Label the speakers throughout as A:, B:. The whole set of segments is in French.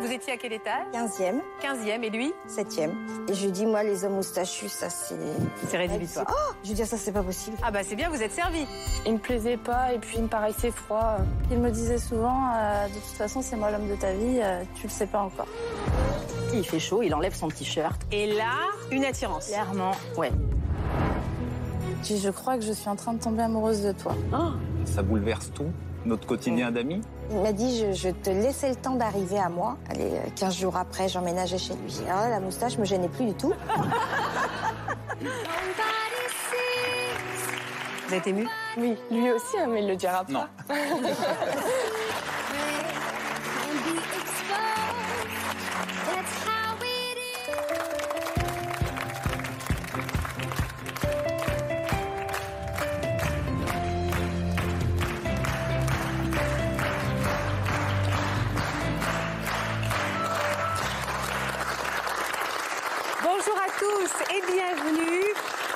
A: Vous étiez à quel étage
B: 15e,
A: 15e, et lui
B: 7e. Et je lui dis, moi, les hommes moustachus, ça c'est.
A: C'est rédhibitoire.
B: Oh Je veux dire, ça c'est pas possible.
A: Ah bah c'est bien, vous êtes servi.
C: Il me plaisait pas et puis il me paraissait froid. Il me disait souvent, euh, de toute façon, c'est moi l'homme de ta vie, euh, tu le sais pas encore.
D: Il fait chaud, il enlève son t-shirt.
A: Et là, une attirance.
D: Clairement, ouais.
C: Puis je crois que je suis en train de tomber amoureuse de toi.
D: Oh.
E: Ça bouleverse tout, notre quotidien d'amis.
B: Il m'a dit, je, je te laissais le temps d'arriver à moi. Allez, euh, 15 jours après, j'emménageais chez lui. Alors là, la moustache me gênait plus du tout.
A: Vous êtes ému
C: Oui, lui aussi, hein, mais il le dira pas.
E: Non.
A: Bonjour à tous et bienvenue.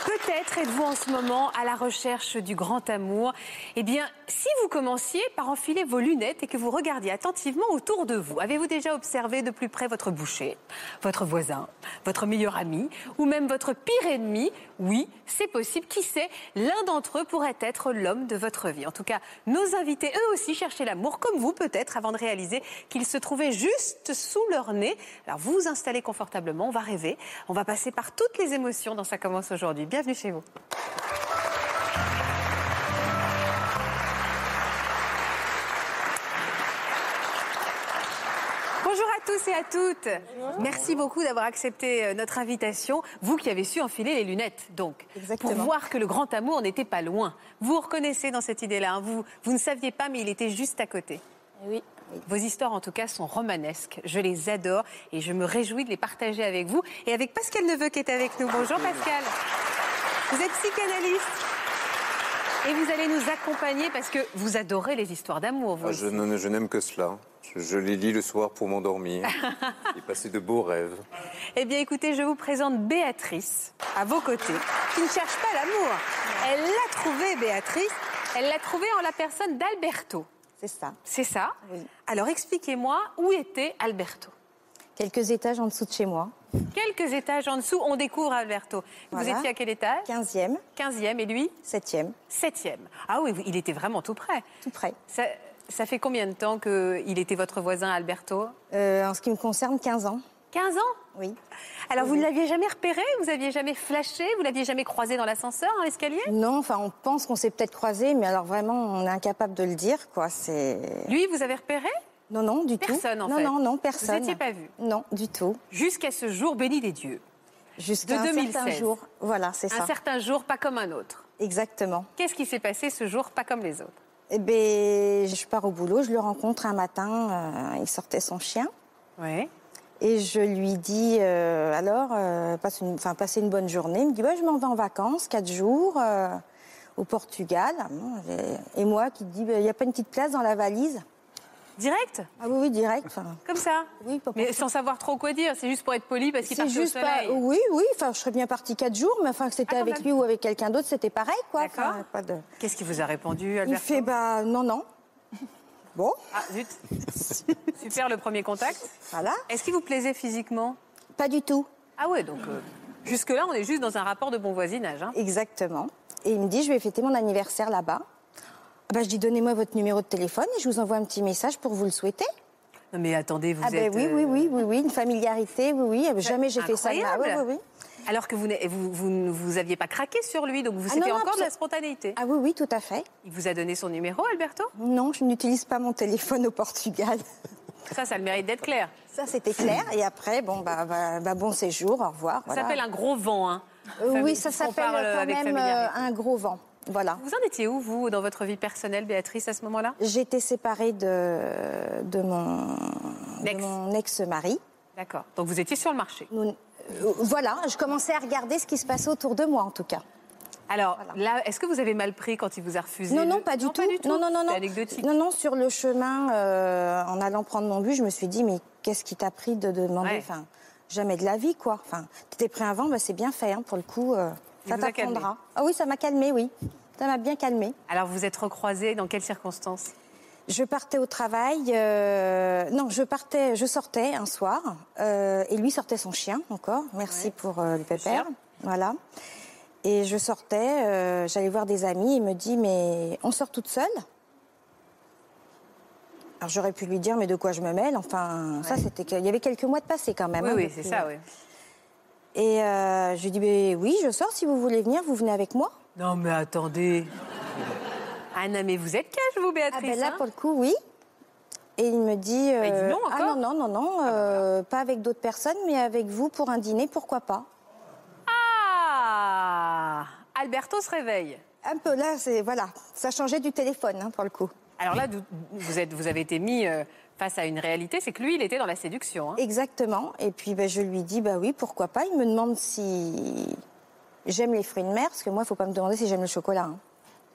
A: Peut-être êtes-vous en ce moment à la recherche du grand amour. Eh bien, si vous commenciez par enfiler vos lunettes et que vous regardiez attentivement autour de vous, avez-vous déjà observé de plus près votre boucher, votre voisin, votre meilleur ami ou même votre pire ennemi Oui, c'est possible. Qui sait, l'un d'entre eux pourrait être l'homme de votre vie. En tout cas, nos invités, eux aussi, cherchaient l'amour comme vous peut-être avant de réaliser qu'il se trouvait juste sous leur nez. Alors vous vous installez confortablement, on va rêver, on va passer par toutes les émotions dans Ça commence aujourd'hui. Bienvenue chez vous. Bonjour à tous et à toutes. Merci beaucoup d'avoir accepté euh, notre invitation. Vous qui avez su enfiler les lunettes, donc,
B: Exactement.
A: pour voir que le grand amour n'était pas loin. Vous vous reconnaissez dans cette idée-là. hein. Vous, vous ne saviez pas, mais il était juste à côté.
C: Eh Oui.
A: Vos histoires, en tout cas, sont romanesques. Je les adore et je me réjouis de les partager avec vous et avec Pascal Neveu qui est avec nous. Bonjour Pascal. Vous êtes psychanalyste. Et vous allez nous accompagner parce que vous adorez les histoires d'amour, vous.
F: Ah, je ne- je n'aime que cela. Je, je les lis le soir pour m'endormir et passer de beaux rêves.
A: Eh bien, écoutez, je vous présente Béatrice, à vos côtés, qui ne cherche pas l'amour. Elle l'a trouvé, Béatrice. Elle l'a trouvé en la personne d'Alberto.
B: C'est ça.
A: C'est ça
B: Oui.
A: Alors, expliquez-moi où était Alberto.
B: Quelques étages en dessous de chez moi.
A: Quelques étages en dessous, on découvre Alberto. Vous
B: Voilà.
A: étiez à quel étage
B: 15e,
A: 15e et lui
B: 7e,
A: 7e. Ah oui, il était vraiment tout près.
B: tout près.
A: Ça, ça fait combien de temps qu'il était votre voisin, Alberto
B: Euh, en ce qui me concerne, 15 ans.
A: 15 ans
B: Oui.
A: Alors, vous ne l'aviez jamais repéré Vous aviez jamais flashé Vous l'aviez jamais croisé dans l'ascenseur, dans l'escalier
B: Non, enfin, on pense qu'on s'est peut-être croisés, mais alors vraiment, on est incapable de le dire, quoi. C'est.
A: Lui, vous avez repéré
B: Non, non, du tout.
A: Personne, en
B: non,
A: fait.
B: Non, non,
A: Vous
B: personne.
A: n'étiez pas vu.
B: Non, du tout.
A: Jusqu'à ce jour béni des dieux.
B: Jusqu'à
A: De
B: un certain
A: 2016.
B: jour. Voilà, c'est
A: Un
B: ça.
A: certain jour, pas comme un autre.
B: Exactement.
A: Qu'est-ce qui s'est passé ce jour, pas comme les autres
B: Eh ben, je pars au boulot, je le rencontre un matin, euh, il sortait son chien.
A: Oui.
B: Et je lui dis, euh, alors, euh, passe une, enfin, passez une bonne journée. Il me dit, ouais, je m'en vais en vacances, quatre jours, euh, au Portugal. Bon, j'ai- Et moi qui dis, il n'y a pas une petite place dans la valise
A: Direct
B: Ah oui, oui, direct. enfin,
A: Comme ça
B: oui, pas pour-
A: Mais sans savoir trop quoi dire, c'est juste pour être poli parce qu'il
B: C'est
A: partait au
B: juste pas.
A: soleil.
B: Oui, oui, enfin, je serais bien partie quatre jours, mais enfin, que c'était
A: Ah, quand
B: avec
A: même.
B: lui ou avec quelqu'un d'autre, c'était pareil, quoi. Enfin,
A: D'accord.
B: pas de...
A: Qu'est-ce qu'il vous a répondu,
B: Il
A: Alberto
B: fait, bah, non, non. Bon,
A: Ah, zut Super le premier contact.
B: voilà.
A: Est-ce qu'il vous plaisait physiquement
B: Pas du tout.
A: Ah ouais, donc euh, jusque-là, on est juste dans un rapport de bon voisinage. hein.
B: Exactement. Et il me dit, je vais fêter mon anniversaire là-bas. Ah bah, je dis, donnez-moi votre numéro de téléphone et je vous envoie un petit message pour vous le souhaiter.
A: Non mais attendez, vous
B: ah ben
A: êtes...
B: oui,
A: euh,
B: oui, oui, oui, oui, une familiarité, oui, oui. Jamais j'ai fait ça. de ma-
A: incroyable.
B: Ah, oui, oui, oui.
A: Alors que vous n'aviez vous, vous, ne- vous aviez pas craqué sur lui, donc vous
B: Ah
A: c'était
B: non, non,
A: encore de la
B: absolu-
A: spontanéité.
B: Ah oui, oui, tout à fait.
A: Il vous a donné son numéro, Oh, Alberto
B: Non, je n'utilise pas mon téléphone au Portugal.
A: Ça, ça a le mérite d'être clair.
B: Ça, c'était clair. Et après, bon, bah, bah, bah, bon séjour, au revoir.
A: Ça
B: voilà.
A: s'appelle un gros vent. Hein.
B: Euh,
A: Famille-
B: oui, ça
A: ce qu'on
B: s'appelle
A: parle
B: quand
A: avec
B: même
A: familiarité.
B: euh, un gros vent. Voilà.
A: Vous en étiez où, vous, dans votre vie personnelle, Béatrice, à ce moment-là
B: J'étais séparée de, de mon
A: Ex.
B: de mon ex-mari.
A: D'accord. Donc vous étiez sur le marché.
B: Nous- euh, voilà, je commençais à regarder ce qui se passait autour de moi, en tout cas.
A: Alors
B: Voilà.
A: là, est-ce que vous avez mal pris quand il vous a refusé
B: Non,
A: le-
B: non, pas du, tout. Non, non, non, non.
A: C'est anecdotique.
B: Non, non, sur le chemin, euh, en allant prendre mon bus, je me suis dit, mais qu'est-ce qui t'a pris de demander
A: Ouais.
B: enfin, jamais de la vie, quoi. Enfin, t'étais pris avant, bah, c'est bien fait, hein, pour le coup. euh,
A: Il
B: ça
A: vous a
B: t'apprendra.
A: calmé.
B: Ah oui, ça m'a calmé, oui. Ça m'a bien calmé.
A: Alors, vous êtes recroisés dans quelles circonstances
B: Je partais au travail. euh, non, je partais, je sortais un soir euh, et lui sortait son chien encore. Merci pour euh, le pépère.
A: chien.
B: Voilà. Et je sortais, euh, j'allais voir des amis. Il me dit mais on sort toute seule. Alors j'aurais pu lui dire mais de quoi je me mêle. Enfin ça c'était que- il y avait quelques mois de passé quand même.
A: Oui,
B: hein,
A: oui,
B: depuis-
A: c'est ça, oui.
B: Et euh, je lui dis mais oui je sors si vous voulez venir vous venez avec moi.
A: Non, mais attendez. Anna, mais vous êtes cage, vous,
B: Ah
A: Béatrice
B: ben là,
A: hein
B: pour le coup, oui. Et il me dit...
A: il dit
B: euh,
A: non
B: ah
A: Bah, encore
B: non, non, non, non, euh, pas avec d'autres personnes, mais avec vous pour un dîner, pourquoi pas
A: Ah Alberto se réveille.
B: Un peu là, c'est voilà, ça changeait du téléphone hein, pour le coup.
A: Alors là, vous- vous, êtes, vous avez été mis euh, face à une réalité, c'est que lui, il était dans la séduction. hein.
B: Exactement. Et puis ben, je lui dis, bah oui, pourquoi pas Il me demande si j'aime les fruits de mer, parce que moi, il faut pas me demander si j'aime le chocolat. hein.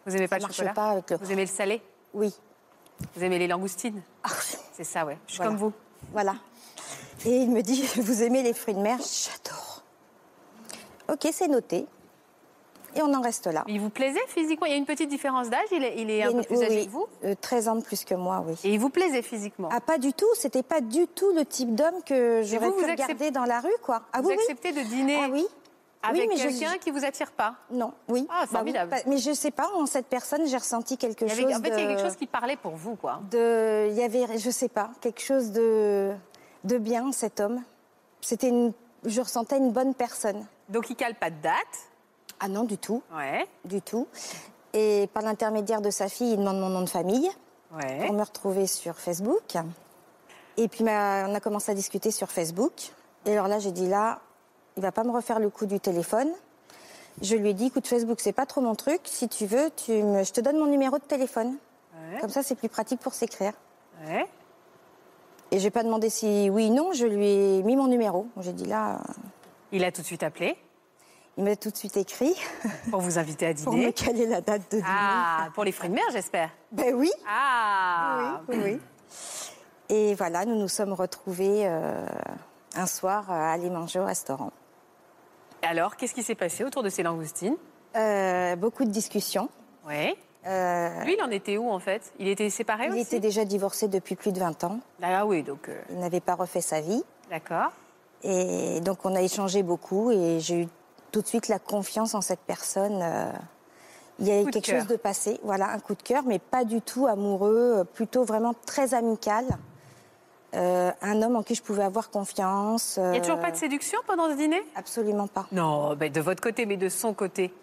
A: Vous aimez pas
B: ça
A: le
B: marche
A: chocolat
B: pas avec le-
A: Vous aimez le salé
B: Oui.
A: Vous aimez les langoustines
B: Ah,
A: C'est ça, ouais. Je suis
B: Voilà.
A: comme vous.
B: voilà. Et il me dit, vous aimez les fruits de mer J'adore. Ok, c'est noté. Et on en reste là.
A: Il vous plaisait physiquement Il y a une petite différence d'âge, il est, il est un
B: Et-
A: peu plus
B: oui,
A: âgé
B: oui,
A: que vous
B: euh, 13 ans de plus que moi, oui.
A: Et il vous plaisait physiquement
B: Ah, pas du tout. C'était pas du tout le type d'homme que j'aurais
A: vous,
B: pu
A: vous
B: regarder
A: acceptez-
B: dans la rue, quoi. Ah
A: Vous
B: oui, oui.
A: acceptez de dîner
B: Ah oui.
A: avec
B: oui, mais je-
A: quelqu'un qui vous attire pas
B: Non, oui.
A: Ah,
B: Bah oui,
A: formidable.
B: pas- mais je sais pas, en cette personne, j'ai ressenti quelque
A: Il y avait-
B: chose.
A: En fait, il y a
B: de-
A: quelque chose qui parlait pour vous, quoi.
B: de- Il y avait, je sais pas, quelque chose de, de bien, en cet homme. C'était une. Je ressentais une bonne personne.
A: Donc il cale pas de date.
B: Ah non, du tout.
A: Ouais.
B: Du tout. Et par l'intermédiaire de sa fille, il demande mon nom de famille.
A: Ouais.
B: pour me retrouver sur Facebook. Et puis ma- on a commencé à discuter sur Facebook. Et alors là, j'ai dit là, il va pas me refaire le coup du téléphone. Je lui ai dit, écoute, Facebook, c'est pas trop mon truc. Si tu veux, tu me- je te donne mon numéro de téléphone.
A: Ouais.
B: Comme ça, c'est plus pratique pour s'écrire.
A: ouais.
B: Et j'ai pas demandé si oui ou non. Je lui ai mis mon numéro. J'ai dit là, euh,
A: Il a tout de suite appelé
B: il m'a tout de suite écrit
A: pour vous inviter à
B: pour me
A: dîner.
B: caler la date de dîner.
A: Ah, pour les fruits de mer, j'espère.
B: Ben oui.
A: Ah.
B: Oui, oui. Et voilà, nous nous sommes retrouvés euh, un soir euh, à aller manger au restaurant.
A: Alors, qu'est-ce qui s'est passé autour de ces langoustines
B: Euh, beaucoup de discussions.
A: Ouais.
B: Euh,
A: Lui, il en était où en fait Il était séparé
B: il
A: aussi
B: était déjà divorcé depuis plus de 20 ans.
A: Ah oui, donc euh,
B: Il n'avait pas refait sa vie.
A: d'accord.
B: Et donc, on a échangé beaucoup et j'ai eu tout de suite la confiance en cette personne. euh, il y a
A: Coup de
B: quelque
A: cœur.
B: chose de passé, voilà, un coup de cœur, mais pas du tout amoureux, euh, plutôt vraiment très amical. Euh, un homme en qui je pouvais avoir confiance. euh,
A: Il n'y a toujours pas de séduction pendant ce dîner
B: Absolument pas.
A: Non, ben, de votre côté, mais de son côté.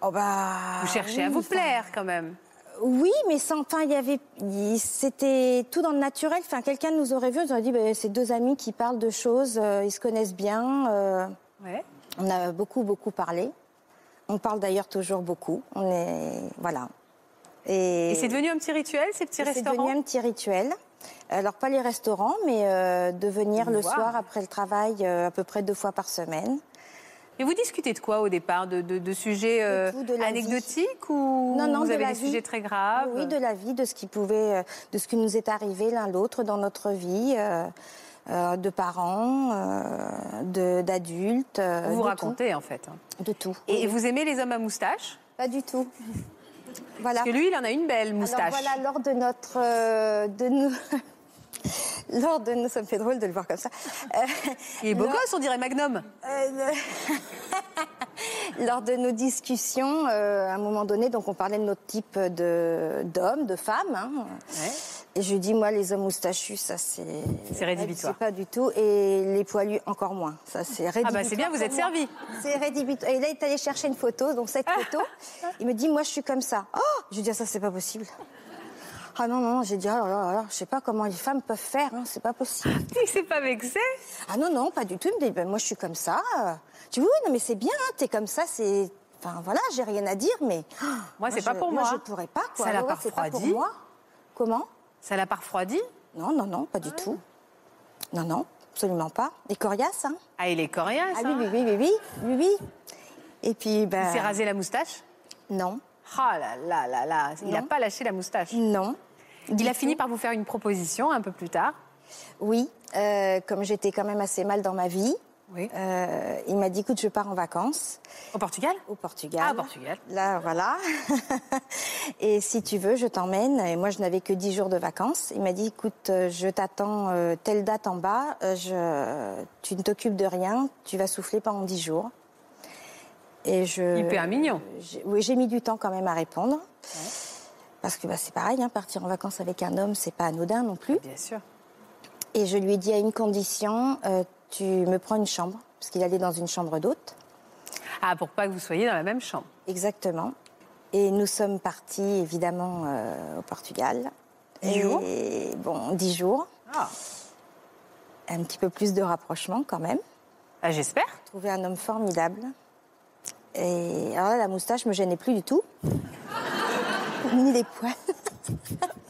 B: Oh bah,
A: Vous cherchez à
B: oui,
A: vous
B: enfin,
A: plaire quand même.
B: Oui, mais sans, enfin, il y avait, il- c'était tout dans le naturel. Enfin, quelqu'un nous aurait vu, on aurait dit, bah, c'est deux amis qui parlent de choses, euh, ils se connaissent bien. euh,
A: Ouais.
B: on a beaucoup, beaucoup parlé. On parle d'ailleurs toujours beaucoup. On est, voilà.
A: Et c'est devenu un petit rituel, ces petits
B: et c'est
A: restaurants
B: devenu un petit rituel. Alors pas les restaurants, mais euh, de venir le
A: Wow.
B: soir après le travail euh, à peu près deux fois par semaine.
A: Et vous discutez de quoi au départ De, de- de sujets euh,
B: tout, de la
A: anecdotiques ou
B: Non, non,
A: vous
B: de
A: avez
B: la
A: des
B: vie.
A: sujets très graves
B: Oui, de la vie, de ce qui pouvait, euh, de ce qui nous est arrivé l'un l'autre dans notre vie, euh, euh, de parents, euh, de- d'adultes, euh,
A: Vous vous
B: de
A: racontez en fait. hein.
B: tout, de tout.
A: Et vous aimez les hommes à moustache
B: Pas du tout. Voilà.
A: Parce que lui, il en a une belle
B: Alors
A: moustache.
B: voilà, lors de notre, euh, de nous, lors de nous, ça me fait drôle de le voir comme ça. Euh,
A: Il est beau
B: Non.
A: gosse, on dirait Magnum.
B: Euh, le- Lors de nos discussions, euh, à un moment donné, donc on parlait de notre type de- d'hommes, de femmes. hein. Et je lui dis, moi, les hommes moustachus, ça c'est.
A: C'est rédhibitoire.
B: C'est pas du tout. Et les poilus, encore moins. Ça c'est rédhibitoire.
A: Ah bah c'est bien, vous
B: pour
A: êtes
B: moi.
A: servi.
B: C'est rédhibitoire. Et là, il est allé chercher une photo, donc cette
A: Ah.
B: photo, il me dit, moi, je suis comme ça. Oh Je lui dis, ah, ça c'est pas possible. Ah non, non, j'ai dit, oh là là là, je sais pas comment les femmes peuvent faire, hein, c'est pas possible.
A: Il s'est pas vexé.
B: Ah non, non, pas du tout. Il me dit, ben, moi, je suis comme ça. Euh, Tu vois, oui, non, mais c'est bien, hein, t'es comme ça, c'est... Enfin, voilà, j'ai rien à dire, mais...
A: Moi, c'est pas
B: je-
A: pour
B: moi.
A: moi.
B: je pourrais pas, quoi.
A: Ça l'a
B: Ouais,
A: pas
B: ouais, c'est pas pour
A: refroidi
B: moi. Comment
A: Ça l'a pas refroidi
B: Non, non, non, pas du tout. Non, non, absolument pas. Et coriace, hein
A: Ah, il est coriace.
B: Ah oui,
A: hein.
B: oui, oui, oui, oui, oui, oui. Et puis, ben...
A: Il s'est rasé la moustache
B: Non,
A: Ah là là là là, il n'a
B: Non.
A: pas lâché la moustache.
B: non.
A: Il a fini par vous faire une proposition un peu plus tard.
B: Oui, euh, comme j'étais quand même assez mal dans ma vie,
A: Oui.
B: euh, il m'a dit écoute, je pars en vacances
A: Au Portugal
B: au Portugal.
A: Ah, au Portugal.
B: Là, voilà. et si tu veux, je t'emmène. Et moi, je n'avais que 10 jours de vacances. Il m'a dit, écoute, euh, je t'attends euh, telle date en bas. Euh, je... Tu ne t'occupes de rien. Tu vas souffler pendant 10 jours. Et je...
A: Hyper mignon.
B: J'ai- Oui, j'ai mis du temps quand même à répondre. Parce que bah, c'est pareil, hein, partir en vacances avec un homme, c'est pas anodin non plus.
A: Ah, Bien sûr.
B: Et je lui ai dit à une condition, euh, tu me prends une chambre, parce qu'il allait dans une chambre d'hôte.
A: Ah, pour pas que vous soyez dans la même chambre.
B: Exactement. Et nous sommes partis évidemment euh, au Portugal.
A: Dix
B: Et,
A: jours
B: Bon, dix jours.
A: Ah,
B: Un petit peu plus de rapprochement quand même.
A: Ah, j'espère.
B: Trouver un homme formidable. Et alors là, la moustache me gênait plus du tout, ni les poils.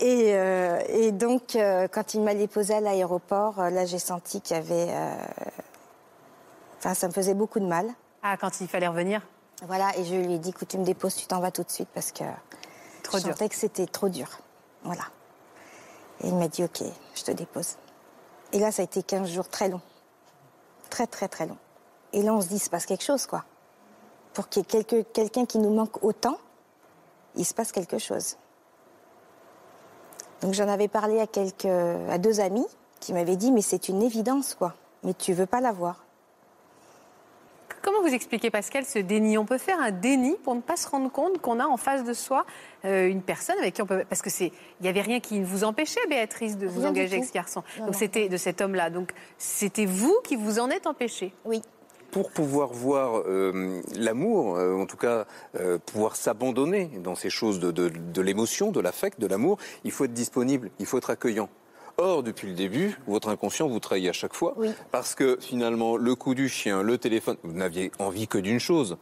B: et, euh, et donc, euh, quand il m'a déposé à l'aéroport, euh, là, j'ai senti qu'il y avait. euh, Enfin, ça me faisait beaucoup de mal.
A: Ah, quand il fallait revenir
B: Voilà, et je lui ai dit, écoute, tu me déposes, tu t'en vas tout de suite parce que
A: Trop
B: je
A: dur.
B: sentais que c'était trop dur. Voilà. Et il m'a dit, ok, je te dépose. Et là, ça a été 15 jours très longs. Très, très, très longs. Et là, on se dit, il se passe quelque chose, quoi. Pour qu'il y ait quelque- quelqu'un qui nous manque autant, il se passe quelque chose. Donc j'en avais parlé à, quelques, à deux amis qui m'avaient dit, mais c'est une évidence, quoi. Mais tu veux pas l'avoir.
A: Comment vous expliquez, Pascal, ce déni On peut faire un déni pour ne pas se rendre compte qu'on a en face de soi euh, une personne avec qui on peut. Parce que c'est, il n'y avait rien qui ne vous empêchait, Béatrice, de vous
B: Rien du
A: engager
B: tout.
A: avec ce garçon.
B: Non,
A: Donc
B: non.
A: c'était de cet homme-là. Donc c'était vous qui vous en êtes empêché.
B: Oui,
F: Pour pouvoir voir euh, l'amour, euh, en tout cas euh, pouvoir s'abandonner dans ces choses de, de- de l'émotion, de l'affect, de l'amour, il faut être disponible, il faut être accueillant. Or, depuis le début, votre inconscient vous trahit à chaque fois,
B: Oui.
F: parce que finalement, le coup du chien, le téléphone, vous n'aviez envie que d'une chose,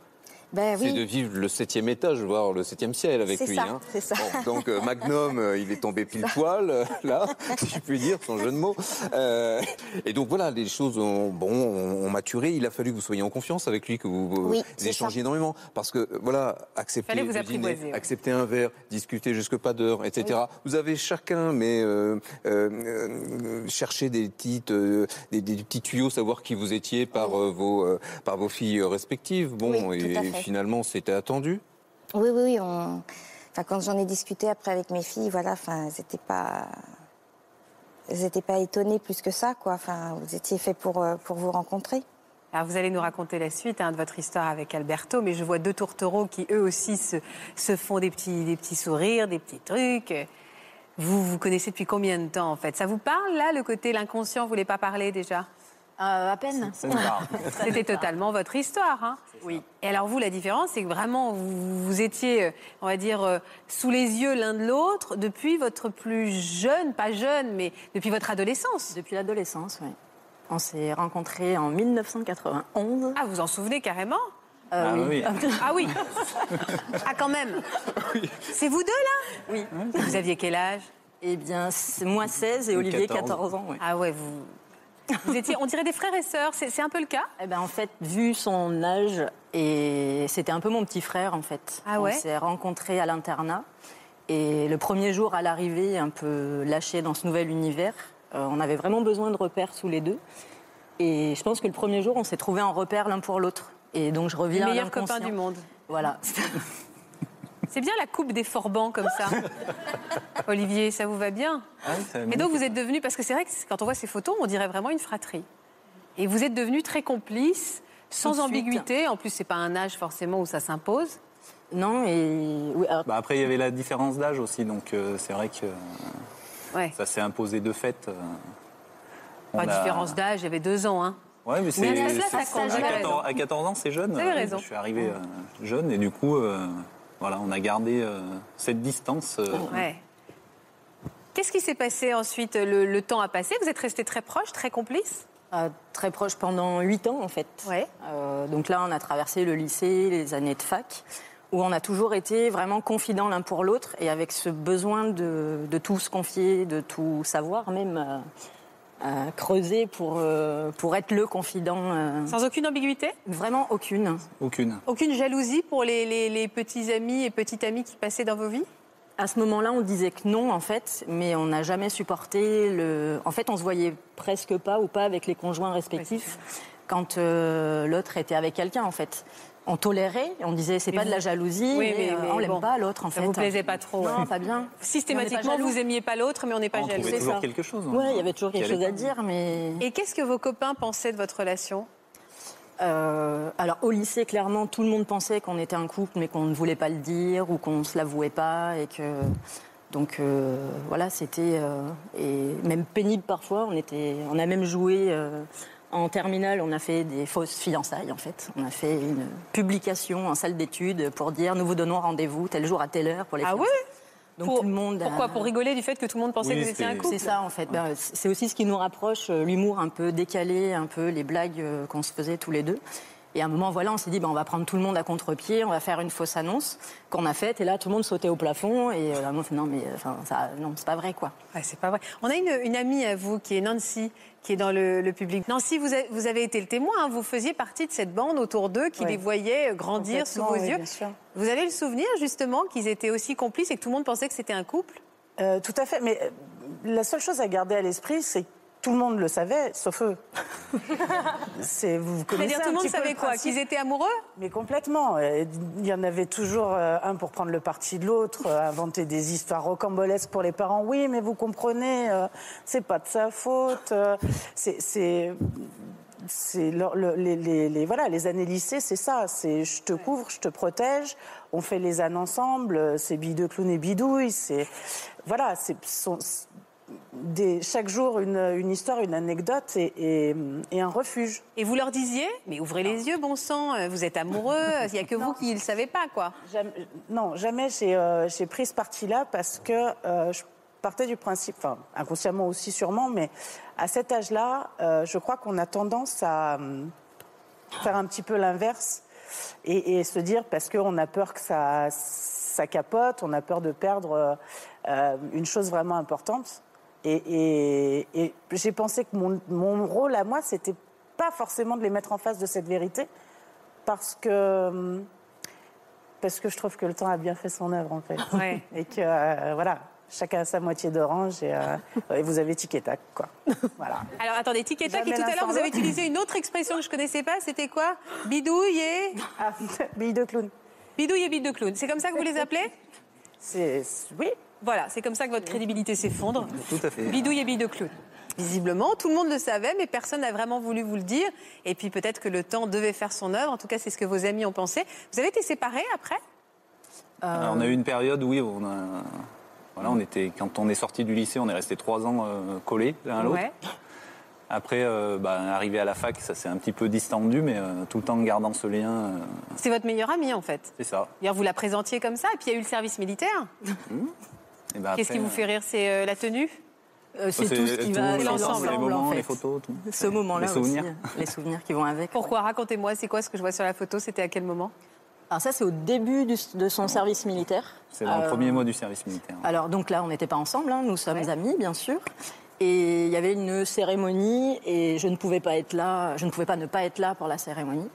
B: ben
F: c'est de
B: oui.
F: vivre le septième étage, voire le septième ciel avec
B: C'est
F: lui.
B: ça,
F: hein.
B: c'est ça.
F: Bon, donc euh, Magnum, euh, il est tombé pile poil, euh, là, si je puis dire, sans jeu de mots. Euh, et donc voilà, les choses ont, bon, ont, ont maturé. Il a fallu que vous soyez en confiance avec lui, que vous, euh,
B: Oui,
F: vous
B: c'est
F: échangiez énormément. Parce que euh, voilà, accepter
A: Fallait vous
F: de
A: apprivoiser, ouais.
F: accepter un verre, discuter jusque pas d'heure, etc. Vous avez chacun, mais euh, euh, euh, cherché des, petites, euh, des, des petits tuyaux, savoir qui vous étiez par, euh, vos, euh, par vos filles respectives. Bon,
B: Oui, tout à
F: et
B: fait.
F: finalement, c'était attendu.
B: Oui, oui, oui. on- Enfin, quand j'en ai discuté après avec mes filles, voilà, enfin, elles n'étaient pas... Elles n'étaient pas étonnées plus que ça, quoi. Enfin, vous étiez fait pour, euh, pour vous rencontrer.
A: Alors vous allez nous raconter la suite hein, de votre histoire avec Alberto, mais je vois deux tourtereaux qui eux aussi se, se font des petits, des petits sourires, des petits trucs. Vous vous connaissez depuis combien de temps en fait Ça vous parle là le côté l'inconscient Vous voulez pas parler déjà
D: Euh, à peine.
E: Ça me parle.
A: C'était totalement votre histoire. Hein oui. Et alors vous, la différence, c'est que vraiment, vous, vous étiez, euh, on va dire, euh, sous les yeux l'un de l'autre depuis votre plus jeune, pas jeune, mais depuis votre adolescence.
D: Depuis l'adolescence, oui. On s'est rencontrés en 1991.
A: Ah, vous en souvenez carrément
D: Euh,
E: Ah oui.
A: Ah oui Ah quand même C'est vous deux là
D: Oui.
A: Vous aviez quel âge
D: Eh bien, c'est moi 16 et Olivier
E: 14.
D: 14, ans. ouais.
A: Ah ouais, vous... Vous étiez, on dirait des frères et sœurs, c'est c'est un peu le cas
D: Eh ben, en fait, vu son âge, et c'était un peu mon petit frère, en fait.
A: Ah ouais
D: On s'est rencontrés à l'internat. Et le premier jour, à l'arrivée, un peu lâché dans ce nouvel univers, euh, on avait vraiment besoin de repères tous les deux. Et je pense que le premier jour, on s'est trouvé un repère l'un pour l'autre. Et donc, je
A: Les
D: reviens à
A: meilleurs copains
D: l'inconscient.
A: du monde.
D: Voilà.
A: C'est bien la coupe des forbans comme ça. Olivier, ça vous va bien
E: Ah oui, ça
A: Et donc vous êtes devenus, parce que c'est vrai que quand on voit ces photos, on dirait vraiment une fratrie. Et vous êtes devenus très complices,
D: Tout
A: sans
D: de suite.
A: ambiguïté. En plus, c'est pas un âge forcément où ça s'impose.
D: non, et... Oui, alors,
E: Bah, après, il y avait la différence d'âge aussi, donc euh, c'est vrai que euh,
A: Ouais.
E: ça s'est imposé de fait. euh, on
A: Pas de
E: a-
A: différence d'âge, il y avait deux ans. Hein.
E: Ouais, mais c'est.
A: Mais à cet âge-là,
E: c'est-
A: ça compte,
E: à,
A: vous avez
E: 14,
A: raison.
E: à 14 ans, c'est jeune.
A: Vous avez
E: Euh,
A: raison.
E: Je suis arrivé euh, jeune et du coup, euh, voilà, on a gardé euh, cette distance. euh,
A: Ouais. Qu'est-ce qui s'est passé ensuite le, le temps a passé, vous êtes restés très proches, très complices
D: euh, très proche pendant 8 ans, en fait.
A: Ouais.
D: Euh, donc là, on a traversé le lycée, les années de fac, où on a toujours été vraiment confidents l'un pour l'autre et avec ce besoin de, de tout se confier, de tout savoir, même euh, euh, creuser pour, euh, pour être le confident. euh,
A: Sans aucune ambiguïté
D: vraiment aucune.
E: Aucune.
A: Aucune jalousie pour les, les- les petits amis et petites amies qui passaient dans vos vies
D: À ce moment-là, on disait que non, en fait, mais on n'a jamais supporté le. En fait, on se voyait presque pas ou pas avec les conjoints respectifs quand euh, l'autre était avec quelqu'un, en fait. On tolérait, on disait c'est
A: Mais
D: pas de
A: vous-
D: la jalousie,
A: Oui, mais-
D: mais, euh,
A: mais
D: on l'aime
A: bon,
D: pas l'autre en
A: ça
D: fait.
A: vous plaisait pas trop,
D: Non,
A: ouais.
D: pas bien. Mais
A: Systématiquement,
D: on n'est pas
A: vous
D: jaloux.
A: aimiez pas l'autre, mais on n'est pas
E: On
A: jaloux.
E: trouvait
A: c'est
E: toujours
A: ça.
E: quelque chose. hein.
D: Ouais, il y avait toujours
E: qui
D: quelque
E: allait
D: chose
E: pas.
D: à dire, mais
A: Et qu'est-ce que vos copains pensaient de votre relation
D: Euh, alors au lycée, clairement, tout le monde pensait qu'on était un couple, mais qu'on ne voulait pas le dire ou qu'on ne se l'avouait pas et que donc euh, voilà, c'était euh, et même pénible parfois. On était, on a même joué euh, en terminale, on a fait des fausses fiançailles en fait. On a fait une publication en salle d'études pour dire nous vous donnons rendez-vous tel jour à telle heure pour les
A: Ah
D: fiançailles. donc
A: Pour-
D: tout le monde. a-
A: Pourquoi Pour rigoler du fait que tout le monde pensait
E: Oui,
A: que vous étiez un
E: c'est-
A: couple
D: Bah, c'est ça en fait. Ben, c'est c'est aussi ce qui nous rapproche, euh, l'humour un peu décalé, un peu les blagues euh, qu'on se faisait tous les deux. Et à un moment, voilà, on s'est dit, ben, on va prendre tout le monde à contre-pied, on va faire une fausse annonce qu'on a faite. Et là, tout le monde sautait au plafond. Et euh, on fait, non, mais enfin, ça, non, c'est pas vrai, quoi.
A: Ouais, Ah, c'est pas vrai. On a une, une amie à vous qui est Nancy, qui est dans le, le public. Nancy, vous, avez- vous avez été le témoin, hein, vous faisiez partie de cette bande autour d'eux qui
C: Ouais.
A: les voyait euh, grandir sous
C: Complètement,
A: vos
C: oui,
A: yeux.
C: bien sûr.
A: Vous avez le souvenir justement qu'ils étaient aussi complices et que tout le monde pensait que c'était un couple
G: Euh, tout à fait, mais euh, la seule chose à garder à l'esprit, c'est que tout le monde le savait, sauf eux. c'est vous connaissez
A: C'est-à-dire
G: un
A: tout le monde
G: petit peu
A: savait quoi
G: principe.
A: Qu'ils étaient amoureux
G: Mais complètement. Euh, Il y en avait toujours euh, un pour prendre le parti de l'autre, euh, inventer des histoires rocambolesques pour les parents. Oui, mais vous comprenez, euh, c'est pas de sa faute. euh, c'est- c'est. C'est leur- le- les, les- les- voilà, les années lycées, c'est ça. C'est je te couvre, je te protège. On fait les ânes ensemble. euh, C'est bille de clown et bidouille. C'est voilà, c'est sont- des, chaque jour une, une histoire, une anecdote et- et- et un refuge.
A: et vous leur disiez, mais ouvrez les yeux, bon sang, euh, vous êtes amoureux, il n'y a que vous qui ne le savez pas, quoi.
G: Jamais- non, jamais j'ai euh, j'ai pris ce parti-là parce que euh, je partais du principe, enfin inconsciemment aussi sûrement, mais à cet âge-là, euh, je crois qu'on a tendance à hum, faire un petit peu l'inverse et, et se dire parce qu'on a peur que ça, ça capote, on a peur de perdre euh, euh, une chose vraiment importante. Et, et- et j'ai pensé que mon, mon rôle à moi, c'était pas forcément de les mettre en face de cette vérité parce que. hum, parce que je trouve que le temps a bien fait son œuvre, en fait.
A: Ouais.
G: Et que, euh, voilà, chacun a sa moitié d'orange et, euh, et vous avez tic et tac, quoi. Voilà.
A: Alors attendez, Tic et Tac, et
G: Jamais
A: tout à
G: l'un
A: l'heure
G: sans
A: vous avez
G: l'autre.
A: utilisé une autre expression que je connaissais pas, c'était quoi Bidouille et...
G: Ah, bille de clown.
A: Bidouille et bite de clown, c'est comme ça que vous les appelez
G: C'est. Oui.
A: Voilà, c'est comme ça que votre crédibilité s'effondre.
F: Tout à fait.
A: Bidouille et bille de clown. Visiblement, tout le monde le savait, mais personne n'a vraiment voulu vous le dire. Et puis peut-être que le temps devait faire son œuvre. En tout cas, c'est ce que vos amis ont pensé. Vous avez été séparés après
E: Alors, on a eu une période, oui, on a. Voilà, on était, quand on est sorti du lycée, on est resté trois ans euh, collés l'un à l'autre.
A: Ouais.
E: Après, euh, bah, arrivé à la fac, ça s'est un petit peu distendu, mais euh, tout en gardant ce lien, euh,
A: C'est votre meilleur ami, en fait.
E: c'est ça.
A: D'ailleurs, vous la présentiez comme ça, et puis il y a eu le service militaire.
E: Mmh. Et bah,
A: Qu'est-ce qui
E: après,
A: vous fait rire C'est euh, la tenue
D: Euh, c'est
E: euh,
D: tout ce qui
E: tout,
D: va
A: c'est
E: l'ensemble,
A: l'ensemble,
E: les
D: en
E: moments,
D: fait.
E: les photos, tout.
D: Ce moment-là
E: les souvenirs.
D: aussi, hein, les souvenirs qui vont avec.
A: Pourquoi Racontez-moi, c'est quoi ce que je vois sur la photo C'était à quel moment
D: Alors ça, c'est au début du- de son service militaire.
E: C'est dans le
D: Euh,
E: premier mois du service militaire.
D: Alors donc là, on n'était pas ensemble, hein, nous sommes amis bien sûr. Et il y avait une cérémonie et je ne pouvais pas être là, je ne pouvais pas ne pas être là pour la cérémonie.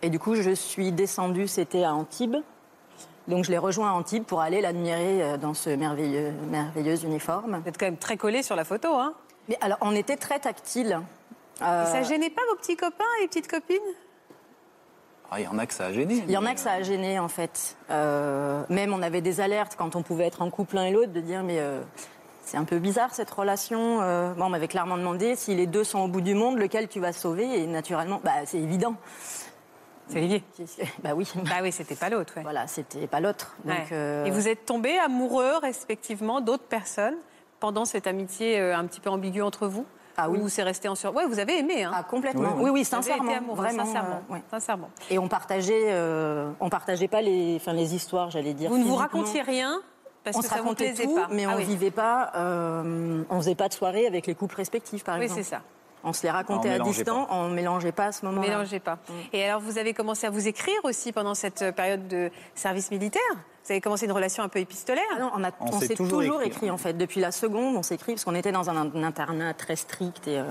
D: Et du coup, je suis descendue, c'était à Antibes. Donc je l'ai rejoint à Antibes pour aller l'admirer euh, dans ce merveilleux, merveilleux uniforme.
A: Vous êtes quand même très collés sur la photo, hein
D: Mais alors, on était très Euh, tactiles.
A: Et Ça gênait pas vos petits copains et petites copines
E: Ah, il y en a que ça a gêné.
D: Il y en
E: mais,
D: a que ça a gêné en fait. Euh, même on avait des alertes quand on pouvait être en couple l'un et l'autre de dire mais euh, c'est un peu bizarre cette relation. Euh, moi, on m'avait clairement demandé si les deux sont au bout du monde, lequel tu vas sauver et naturellement bah c'est évident.
A: C'est Olivier.
D: bah oui.
A: Bah oui, c'était pas l'autre, ouais.
D: Voilà, c'était pas l'autre. Donc,
A: Ouais.
D: euh,
A: Et vous êtes tombés amoureux respectivement d'autres personnes pendant cette amitié euh, un petit peu ambiguë entre vous
D: Ah oui.
A: Ou c'est resté en sur... Ouais, vous avez aimé, hein
D: ah, complètement.
E: Oui, oui.
D: Oui, oui,
A: Vous avez
D: sincèrement,
A: été amoureux,
D: vraiment.
A: sincèrement.
D: euh, ouais.
A: sincèrement.
D: Et on partageait, euh, on partageait pas les, enfin les histoires, j'allais dire.
A: Vous ne vous
D: physiquement.
A: racontiez rien parce
D: on
A: que
D: se
A: ça vous
D: racontait
A: plaisait
D: tout,
A: pas.
D: mais on
A: Ah oui.
D: vivait pas, euh, on faisait pas de soirée avec les couples respectifs, par
A: Oui,
D: exemple.
A: c'est ça.
D: On se les racontait
E: On
D: à
E: mélangeait
D: distance, on mélangeait pas à ce moment-là.
A: Mélangez pas.
D: Mm.
A: Et alors, vous avez commencé à vous écrire aussi pendant cette euh, période de service militaire Vous avez commencé une relation un peu épistolaire
D: Ah non, on a-
E: On
D: on
E: s'est
D: s'est
E: toujours
D: toujours,
E: écrit.
D: écrit, en fait. Depuis la seconde, on s'écrit parce qu'on était dans un, un internat très strict et euh,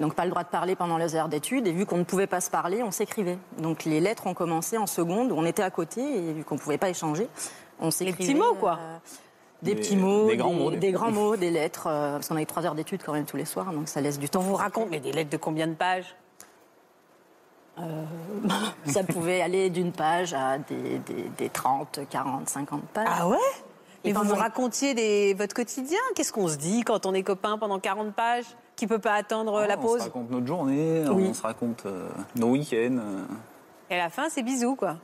D: donc pas le droit de parler pendant les heures d'études. Et vu qu'on ne pouvait pas se parler, on s'écrivait. Donc les lettres ont commencé en seconde où on était à côté et vu qu'on ne pouvait pas échanger, on s'écrivait.
A: petits mots, quoi.
D: des, petits mots,
E: des grands mots, des-
D: des, grands mots, des lettres, euh, parce qu'on a eu trois heures d'études quand même tous les soirs, donc ça laisse du temps.
A: On vous raconte, mais des lettres de combien de pages
D: Euh, Ça pouvait aller d'une page à des, des- des 30, 40, 50 pages.
G: Ah ouais
A: Mais
D: Et
A: vous
D: pendant-
A: nous racontiez des- votre quotidien. Qu'est-ce qu'on se dit quand on est copains pendant 40 pages Qui peut pas attendre euh, la
E: On se
A: pause
E: raconte notre journée, on
D: Oui.
E: se raconte euh, nos week-ends. euh,
A: Et à la fin, c'est bisous, quoi.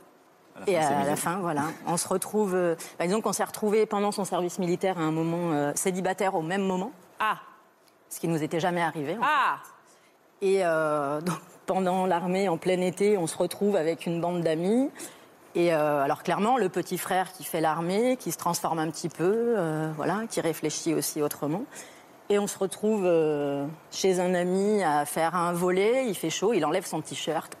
E: à la
D: Et
E: fin, c'est
D: à la
E: midi.
D: fin, voilà, on se retrouve. euh, bah, disons qu'on s'est retrouvé pendant son service militaire à un moment euh, célibataire au même moment,
A: Ah,
D: ce qui nous était jamais arrivé. en
A: ah
D: Et euh, donc, pendant l'armée, en plein été, on se retrouve avec une bande d'amis. Et euh, alors clairement, le petit frère qui fait l'armée, qui se transforme un petit peu, euh, voilà, qui réfléchit aussi autrement. Et on se retrouve euh, chez un ami à faire un volet. Il fait chaud, il enlève son t-shirt.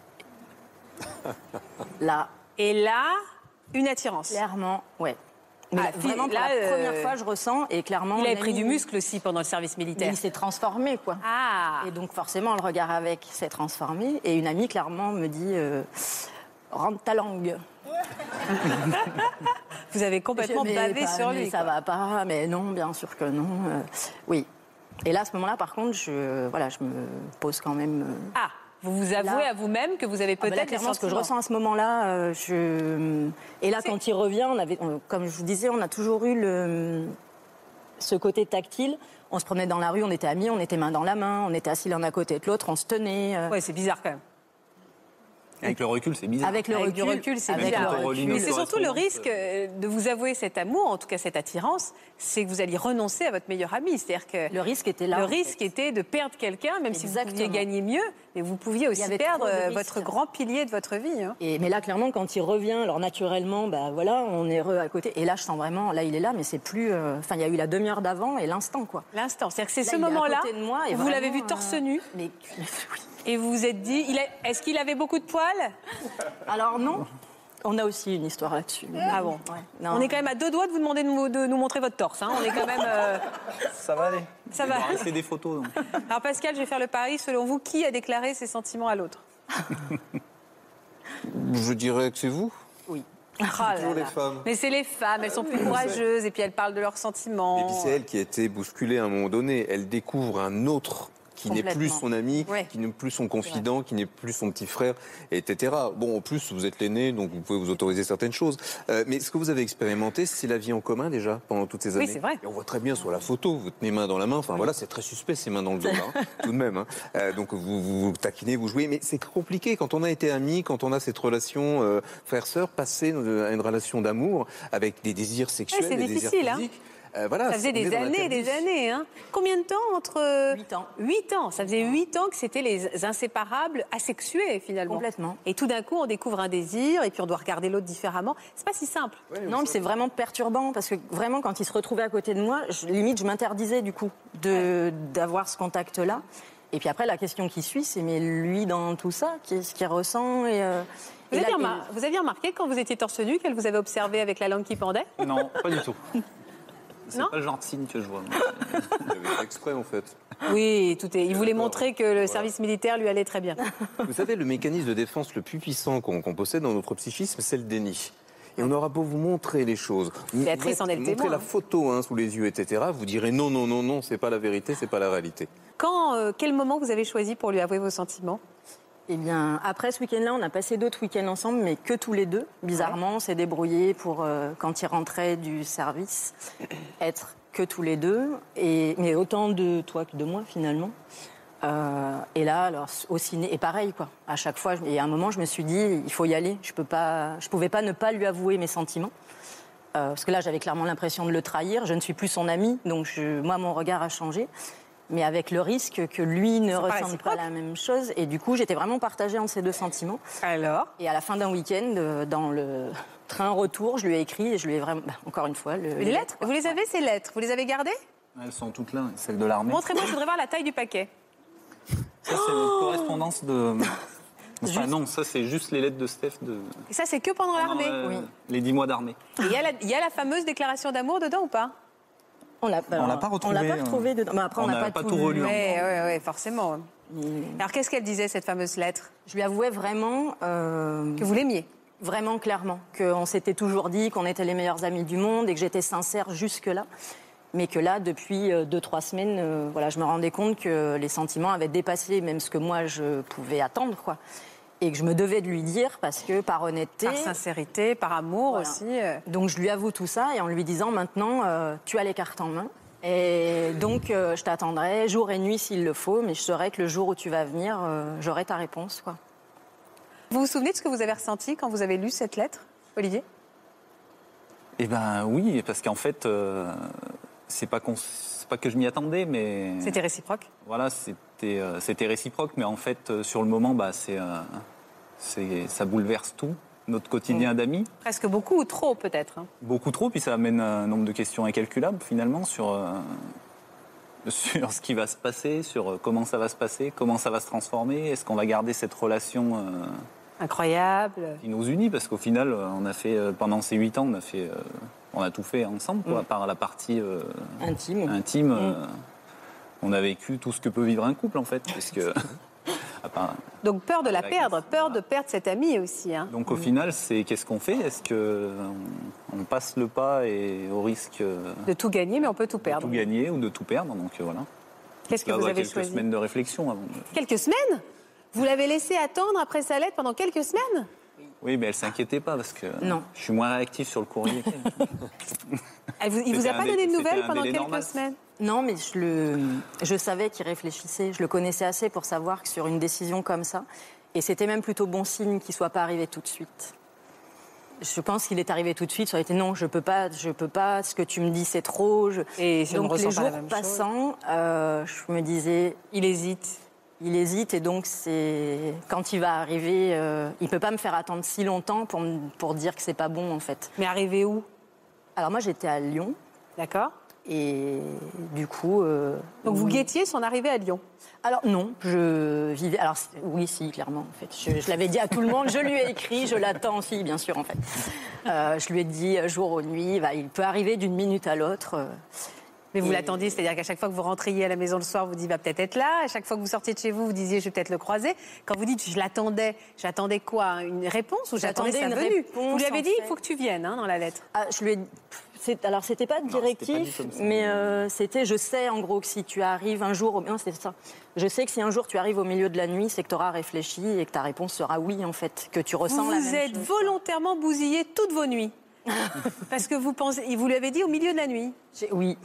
D: Là,
A: Et là, une attirance.
D: clairement, ouais. Mais
A: Ah,
D: là,
A: puis
D: vraiment, pour
A: là,
D: la
A: euh,
D: première fois, je ressens. Et clairement,
A: Il
D: mon
A: avait pris
D: ami,
A: du muscle aussi pendant le service militaire.
D: Il s'est transformé, quoi.
A: Ah
D: Et donc forcément, le regard avec s'est transformé. Et une amie, clairement, me dit euh, Rentre ta langue.
A: Vous avez complètement
D: Je- mais
A: bavé
D: pas-
A: sur
D: mais
A: lui.
D: Ça
A: quoi.
D: va pas, mais non, bien sûr que non. euh, oui. Et là, à ce moment-là, par contre, je, voilà, je me pose quand même. euh,
A: Ah, vous vous avouez
D: Là-
A: à vous-même que vous avez
D: Ah bah là,
A: peut-être des
D: clairement, ce que je
A: sentiments.
D: ressens à ce moment-là, euh, je... et là quand il revient, on avait, on- comme je vous disais, on a toujours eu le, ce côté tactile. On se promenait dans la rue, on était amis, on était main dans la main, on était assis l'un à côté de l'autre, on se tenait. euh,
A: Ouais, c'est bizarre quand même.
E: Avec le recul, c'est bizarre.
D: Avec le
A: Avec
D: recul,
A: du recul, c'est
D: avec
E: bizarre.
D: le
E: Quand on relit
D: recul.
A: Mais
E: nos
A: c'est surtout le
E: correspondance,
A: risque euh, de vous avouer cet amour, en tout cas cette attirance, c'est que vous alliez renoncer à votre meilleur ami. C'est-à-dire que
D: Le risque était là.
A: le
D: en fait.
A: risque était de perdre quelqu'un, même si vous pouviez
D: Exactement.
A: gagner mieux, mais vous pouviez aussi
D: avait
A: perdre
D: trop de
A: euh,
D: risques.
A: votre grand pilier de votre vie. hein.
D: Et- mais là, clairement, quand il revient, alors naturellement, bah voilà, on est heureux à côté. Et là, je sens vraiment, là, il est là, mais c'est plus. euh, Enfin, il y a eu la demi-heure d'avant et l'instant, quoi.
A: L'instant. C'est-à-dire que c'est
D: Là,
A: ce
D: il est à
A: moment-là
D: côté de moi et
A: où vous l'avez vu
D: vraiment,
A: torse
D: euh,
A: nu
D: Mais
A: et vous vous êtes dit, il a- est-ce qu'il avait beaucoup de poils
D: alors non, on a aussi une histoire là-dessus.
A: Ah bon
D: Ouais. Non.
A: On est quand même à deux doigts de vous demander de nous, de nous montrer votre torse. hein. On est quand même. euh,
E: Ça va aller.
A: Ça
E: Il
A: va.
E: doit rester des photos. donc.
A: Alors Pascal, je vais faire le pari. Selon vous, qui a déclaré ses sentiments à l'autre
F: Je dirais que c'est vous.
D: Oui.
A: Ah là
F: toujours
A: là.
F: les femmes.
A: Mais c'est les femmes, elles sont plus courageuses et puis elles parlent de leurs sentiments.
F: Et puis c'est elle qui a été bousculée à un moment donné. Elle découvre un autre qui n'est plus
D: Complètement.
F: son ami,
A: Ouais.
F: qui n'est plus son confident, qui n'est plus son petit frère, etc. Bon, en plus, vous êtes l'aîné, donc vous pouvez vous autoriser certaines choses. Euh, mais ce que vous avez expérimenté, c'est la vie en commun déjà pendant toutes ces années.
A: c'est vrai.
F: Et on voit très bien sur la photo, vous tenez main dans la main. Enfin voilà, c'est très suspect ces mains dans le dos, là, hein, tout de même. hein. Euh, donc vous, vous vous taquinez, vous jouez, mais c'est compliqué quand on a été amis, quand on a cette relation euh, frère-sœur, passer de- à une relation d'amour avec des désirs sexuels,
A: c'est
F: des désirs
A: difficile, hein.
F: physiques. Euh, voilà,
A: Ça faisait
F: on est
A: des
F: dans
A: années,
F: l'interdit.
A: des années. Hein. Combien de temps entre...
D: Huit ans.
A: 8 ans. Ça faisait 8 ans que c'était les inséparables asexués, finalement.
D: Complètement.
A: Et tout d'un coup, on découvre un désir et puis on doit regarder l'autre différemment. C'est pas si simple.
D: Non, mais c'est vraiment perturbant parce que vraiment, quand il se retrouvait à côté de moi, je- limite, je m'interdisais du coup de d'avoir ce contact-là. Et puis après, la question qui suit, c'est mais lui dans tout ça, qu'est-ce qu'il ressent et, euh,
A: Vous,
D: et
A: aviez
D: là,
A: remar- vous aviez remarqué quand vous étiez torse nu qu'elle vous avait observé avec la langue qui pendait
E: Non, pas du tout. C'est
A: Non
E: pas le genre de signe que je vois. moi.
F: Vous avez fait exprès en fait.
A: Oui, tout est. Il voulait
F: D'accord.
A: montrer que le service militaire lui allait très bien.
F: Vous savez, le mécanisme de défense le plus puissant qu'on qu'on possède dans notre psychisme, c'est le déni. Et on aura beau vous montrer les choses, vous
A: Béatrice en est le
F: montrer
A: témoin,
F: la
A: hein.
F: photo hein, sous les yeux, etc. Vous direz non, non, non, non, c'est pas la vérité, c'est pas la réalité.
A: Quand, euh, quel moment vous avez choisi pour lui avouer vos sentiments
D: Eh bien, après ce week-end-là, on a passé d'autres week-ends ensemble, mais que tous les deux. Bizarrement, on s'est débrouillé pour, euh, quand il rentrait du service, être que tous les deux, et, mais autant de toi que de moi, finalement. Euh, et là, alors, au ciné, et pareil, quoi. À chaque fois, je- et à un moment, je me suis dit, il faut y aller. Je peux pas, je pouvais pas ne pas lui avouer mes sentiments. Euh, parce que là, j'avais clairement l'impression de le trahir. Je ne suis plus son amie, donc je- moi, mon regard a changé. Mais avec le risque que lui ne
A: Ça paraît
D: ressemble pas à la même chose. Et du coup, j'étais vraiment partagée entre ces deux sentiments.
A: Alors
D: Et à la fin d'un week-end, euh, dans le train retour, je lui ai écrit et je lui ai vraiment, bah, encore une fois, le-
A: Les lettres Vous les avez, ces lettres Vous les avez gardées
E: Elles sont toutes là, celles de l'armée.
A: Montrez-moi, je voudrais voir la taille du paquet.
E: Ça, c'est notre correspondance de.
A: Oh
E: Enfin, non, ça, c'est juste les lettres de Steph de.
A: Et ça, c'est que pendant l'armée.
E: Pendant, euh, Les 10 mois d'armée.
A: Et Il y, a la- il y a la fameuse déclaration d'amour dedans ou pas
D: On l'a euh,
E: On l'a pas
D: On l'a
E: retrouvé,
D: pas retrouvé
E: hein.
D: dedans. Mais après,
E: On
D: on
E: n'a
D: n'a
E: pas
D: pas,
E: tout relu.
D: lu.
E: Ouais,
A: Oui, oui, oui, forcément. Alors qu'est-ce qu'elle disait, cette fameuse lettre
D: Je lui avouais vraiment. euh,
A: Que vous l'aimiez
D: vraiment clairement, qu'on s'était toujours dit qu'on était les meilleurs amis du monde et que j'étais sincère jusque-là. Mais que là, depuis euh, deux, trois semaines, euh, voilà, je me rendais compte que les sentiments avaient dépassé même ce que moi je pouvais attendre, quoi. Et que je me devais de lui dire parce que par honnêteté.
A: Par sincérité, par amour
D: Voilà.
A: aussi. euh,
D: Donc je lui avoue tout ça et en lui disant maintenant, euh, tu as les cartes en main. Et donc euh, je t'attendrai jour et nuit s'il le faut, mais je saurai que le jour où tu vas venir, euh, j'aurai ta réponse. Quoi.
A: Vous vous souvenez de ce que vous avez ressenti quand vous avez lu cette lettre, Olivier
E: Eh ben oui, parce qu'en fait, euh, c'est pas, qu'on- c'est pas que je m'y attendais, mais.
A: C'était réciproque
E: Voilà, c'était euh, c'était réciproque, mais en fait, euh, sur le moment, bah, c'est euh, c'est- ça bouleverse tout, notre
A: Mm.
E: quotidien d'amis,
A: Presque beaucoup ou trop peut-être. hein.
E: beaucoup trop, puis ça amène un nombre de questions incalculables finalement sur, euh, sur ce qui va se passer, sur euh, comment ça va se passer, comment ça va se transformer, est-ce qu'on va garder cette relation euh,
A: Incroyable.
E: qui nous unit, parce qu'au final, euh, on a fait, euh, pendant ces huit ans, on a, fait, euh, on a tout fait ensemble, quoi, à part la partie euh,
D: Intime.
E: intime. euh, on a vécu tout ce que peut vivre un couple en fait, parce que. à part-
A: Donc peur de la
E: La
A: perdre,
E: question,
A: peur
E: voilà.
A: de perdre cet ami aussi. hein.
E: Donc au final, c'est qu'est-ce qu'on fait Est-ce que euh, on, on passe le pas et au risque euh,
A: De tout gagner, mais on peut tout
E: de
A: perdre.
E: tout gagner ou de tout perdre Donc euh, voilà.
A: Qu'est-ce que
E: Là,
A: vous
E: bah,
A: avez
E: quelques
A: choisi
E: semaines de réflexion avant. de-
A: Quelques semaines Vous l'avez laissé attendre après sa lettre pendant quelques semaines
E: Oui, mais elle s'inquiétait pas parce que euh,
D: Non.
E: je suis moins réactif sur le courrier.
A: Elle vous- Il vous a
E: C'était
A: pas
E: un
A: donné
E: dé-
A: de
E: c'était
A: nouvelles
E: un
A: pendant
E: délai
A: quelques
E: normal.
A: semaines
D: Non, mais je, le, je savais qu'il réfléchissait. Je le connaissais assez pour savoir que sur une décision comme ça, et c'était même plutôt bon signe qu'il soit pas arrivé tout de suite. Je pense qu'il est arrivé tout de suite. Ça aurait été non, je peux pas, je peux pas. Ce que tu me dis, c'est trop. Je...
A: Et je ne
D: donc
A: ressens
D: les
A: pas
D: jours
A: la même chose.
D: passants, euh, je me disais,
A: Il hésite.
D: il hésite et donc c'est quand il va arriver, euh, il peut pas me faire attendre si longtemps pour me- pour dire que c'est pas bon en fait.
A: Mais arrivé où
D: Alors moi j'étais à Lyon
A: D'accord
D: et du coup. euh,
A: Donc vous guettiez son arrivée à Lyon.
D: Alors non, je vivais. Alors c'est- oui, si, clairement. En fait, je, je l'avais dit à tout le monde. Je lui ai écrit, je l'attends, si, bien sûr, en fait. Euh, je lui ai dit euh, jour ou nuit. bah, il peut arriver d'une minute à l'autre. euh,
A: Mais vous
D: Et-
A: l'attendiez, c'est-à-dire qu'à chaque fois que vous rentriez à la maison le soir, vous dites va peut-être être là. À chaque fois que vous sortiez de chez vous, vous disiez je vais peut-être le croiser. Quand vous dites je l'attendais, j'attendais quoi hein, Une réponse ou j'attendais sa
D: J'attendais une
A: venue
D: réponse,
A: Vous lui avez
D: en
A: dit il
D: fait.
A: faut que tu viennes hein, dans la lettre.
D: Ah, je lui ai... c'est- Alors, c'était pas
E: c'était pas dit
D: directif,
E: comme ça.
D: mais euh, c'était je sais en gros que si tu arrives un jour. au- Non, c'est ça. Je sais que si un jour tu arrives au milieu de la nuit, c'est que tu auras réfléchi et que ta réponse sera oui, en fait. Que tu ressens
A: Vous
D: la
A: vous
D: même
A: êtes
D: chose.
A: volontairement bousillé toutes vos nuits. Parce que vous pensez, il vous l'avait dit au milieu de la nuit.
D: J'ai- Oui,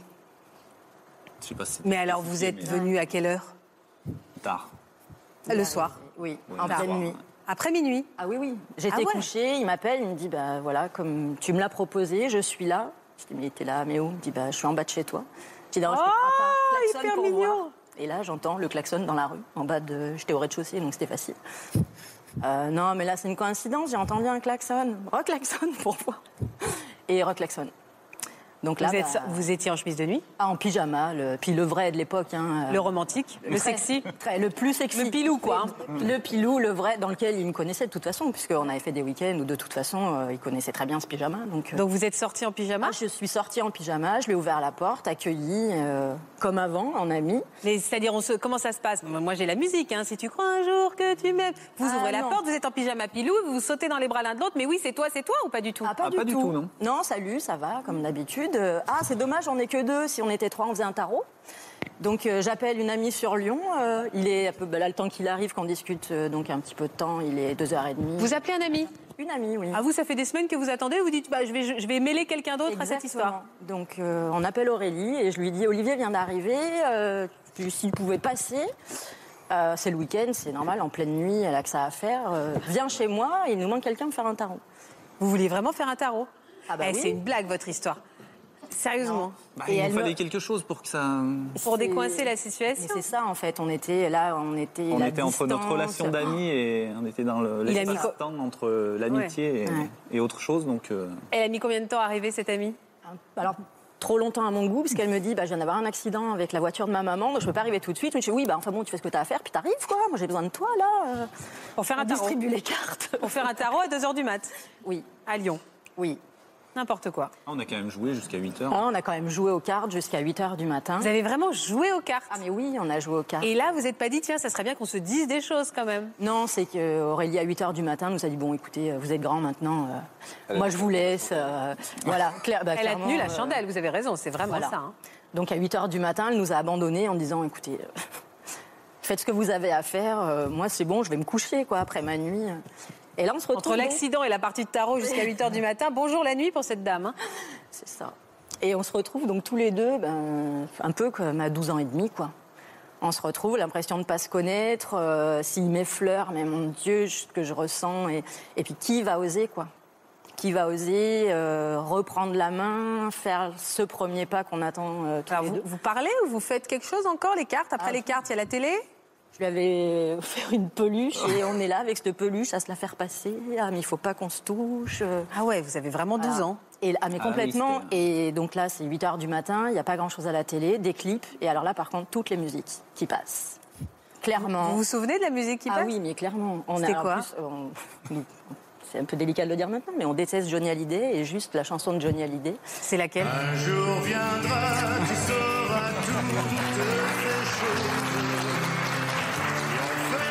E: Je sais pas si.
A: Mais alors vous êtes
E: mais
A: venu à quelle heure Ah,
E: tard.
A: Le soir,
D: oui,
E: Ouais,
D: en
E: le
D: pleine
E: soir,
D: nuit.
E: ouais.
A: après minuit.
D: Ah oui, oui. J'étais
A: Ah ouais
D: couchée, il m'appelle, il me dit bah voilà, comme tu me l'as proposé, je suis là. Je dis mais t'es là, mais où Il me dit bah je suis en bas de chez toi. Je dis non, je comprends pas. Klaxonne
A: Ah, hyper
D: pour
A: mignon.
D: voir. Et là, j'entends le klaxon dans la rue, en bas de. J'étais au rez-de-chaussée, donc c'était facile. Euh, non, mais là, c'est une coïncidence, j'ai entendu un klaxon. Reclaxonne pour voir. Et reclaxonne. Donc là,
A: vous, êtes-
D: bah,
A: vous étiez en chemise de nuit,
D: ah, en pyjama, le- puis le vrai de l'époque. hein, euh,
A: le romantique, le
D: très-
A: sexy.
D: très- le plus sexy.
A: Le pilou, quoi, hein.
D: Le pilou, le vrai, dans lequel il me connaissait de toute façon, puisqu'on avait fait des week-ends où de toute façon, euh, il connaissait très bien ce pyjama. Donc, euh,
A: Donc vous êtes sorti en pyjama.
D: moi, je suis sortie en pyjama, je lui ai ouvert la porte, accueillie euh, comme avant, en ami.
A: Mais c'est-à-dire, on se- comment ça se passe Moi, j'ai la musique. hein. Si tu crois un jour que tu m'aimes, vous
D: Ah,
A: ouvrez la
D: non.
A: porte, vous êtes en pyjama pilou, vous vous sautez dans les bras l'un de l'autre. Mais oui, c'est toi, c'est toi ou pas du tout
E: Ah, pas du tout, non.
D: salut, ça va, comme d'habitude. Euh, ah, c'est dommage, on n'est que deux. Si on était trois, on faisait un tarot. Donc euh, j'appelle une amie sur Lyon. euh, il est un peu, bah, là, le temps qu'il arrive, qu'on discute euh, donc un petit peu de temps, il est 2h30.
A: Vous appelez un ami.
D: Une amie, oui.
A: À Ah, vous, ça fait des semaines que vous attendez. Vous dites, bah, je vais, je vais mêler quelqu'un d'autre à cette histoire.
D: Exactement. Donc euh, on appelle Aurélie et je lui dis Olivier vient d'arriver, euh, tu- s'il pouvait passer. euh, c'est le week-end, c'est normal, en pleine nuit, elle a que ça à faire. euh, viens chez moi, il nous manque quelqu'un pour faire un tarot.
A: Vous voulez vraiment faire un tarot
D: Ah bah
A: Eh,
D: oui.
A: C'est une blague votre histoire. Sérieusement.
E: Bah,
D: Et
E: il
D: elle
E: nous fallait
D: me-
E: quelque chose pour que ça.
A: Pour
D: C'est-
A: décoincer la
D: Mais
A: situation.
D: c'est ça en fait, on était là, on était.
E: On
D: la
E: était entre notre
D: distance.
E: relation d'amis et on était dans le-
A: Il a mis
E: l'espace
A: quoi
E: temps entre euh, l'amitié et,
D: Ouais.
E: et autre chose, donc. euh,
A: Elle a mis combien de temps à arriver cette amie
D: Ah, Alors trop longtemps à mon goût parce qu'elle me dit bah, je viens d'avoir un accident avec la voiture de ma maman, donc je peux pas arriver tout de suite. Mais je dis oui bah enfin bon tu fais ce que tu as à faire puis t'arrives quoi. Moi j'ai besoin de toi là. euh,
A: Pour faire
D: on
A: un tarot.
D: distribue les cartes.
A: Pour faire un tarot à 2h du mat
D: Oui,
A: à Lyon.
D: oui.
A: N'importe quoi.
E: Ah, On a quand même joué jusqu'à 8 heures.
D: Ah, on a quand même joué aux cartes jusqu'à 8 h du matin.
A: Vous avez vraiment joué aux cartes.
D: Ah mais oui, on a joué aux cartes.
A: Et là, vous n'êtes pas dit, tiens, ça serait bien qu'on se dise des choses quand même.
D: Non, c'est qu'Aurélie, à 8 h du matin, nous a dit, bon, écoutez, euh, vous êtes grand maintenant, euh, moi je vous laisse. euh, voilà, Claire- bah,
A: Elle a
D: clairement,
A: tenu la
D: euh,
A: chandelle, vous avez raison, c'est vraiment
D: voilà.
A: ça. hein.
D: Donc à 8 h du matin, elle nous a abandonnés en disant écoutez, euh, faites ce que vous avez à faire, euh, moi c'est bon, je vais me coucher quoi après ma nuit. Et là on se retrouve.
A: Entre l'accident et la partie de tarot jusqu'à 8 h du matin, bonjour la nuit pour cette dame. hein.
D: C'est ça. Et on se retrouve donc tous les deux, ben, un peu comme à 12 ans et demi quoi. On se retrouve, l'impression de ne pas se connaître, euh, s'il m'effleure, mais mon Dieu, ce que je ressens. Et, et puis qui va oser quoi Qui va oser euh, reprendre la main, faire ce premier pas qu'on attend euh, tous
A: Alors
D: les
A: vous,
D: deux
A: vous parlez ou vous faites quelque chose encore, les cartes Après
D: Ah.
A: les cartes, il y a la télé
D: Je lui avais offert une peluche et on est là avec cette peluche à se la faire passer. Ah, mais il faut pas qu'on se touche.
A: Ah ouais, vous avez vraiment 12
D: Voilà.
A: ans.
D: Et, ah, mais
E: Ah oui,
D: complètement.
E: c'était-
D: et donc là, c'est 8 h du matin, il n'y a pas grand chose à la télé, des clips. Et alors là, par contre, toutes les musiques qui passent. Clairement.
A: Vous vous souvenez de la musique qui
D: ah
A: passe
D: oui, mais clairement. On
A: C'était
D: en
A: quoi
D: plus, on- C'est un peu délicat de le dire maintenant, mais on déteste Johnny Hallyday et juste la chanson de Johnny Hallyday. Ah,
A: C'est laquelle
H: Un jour viendra, tu sauras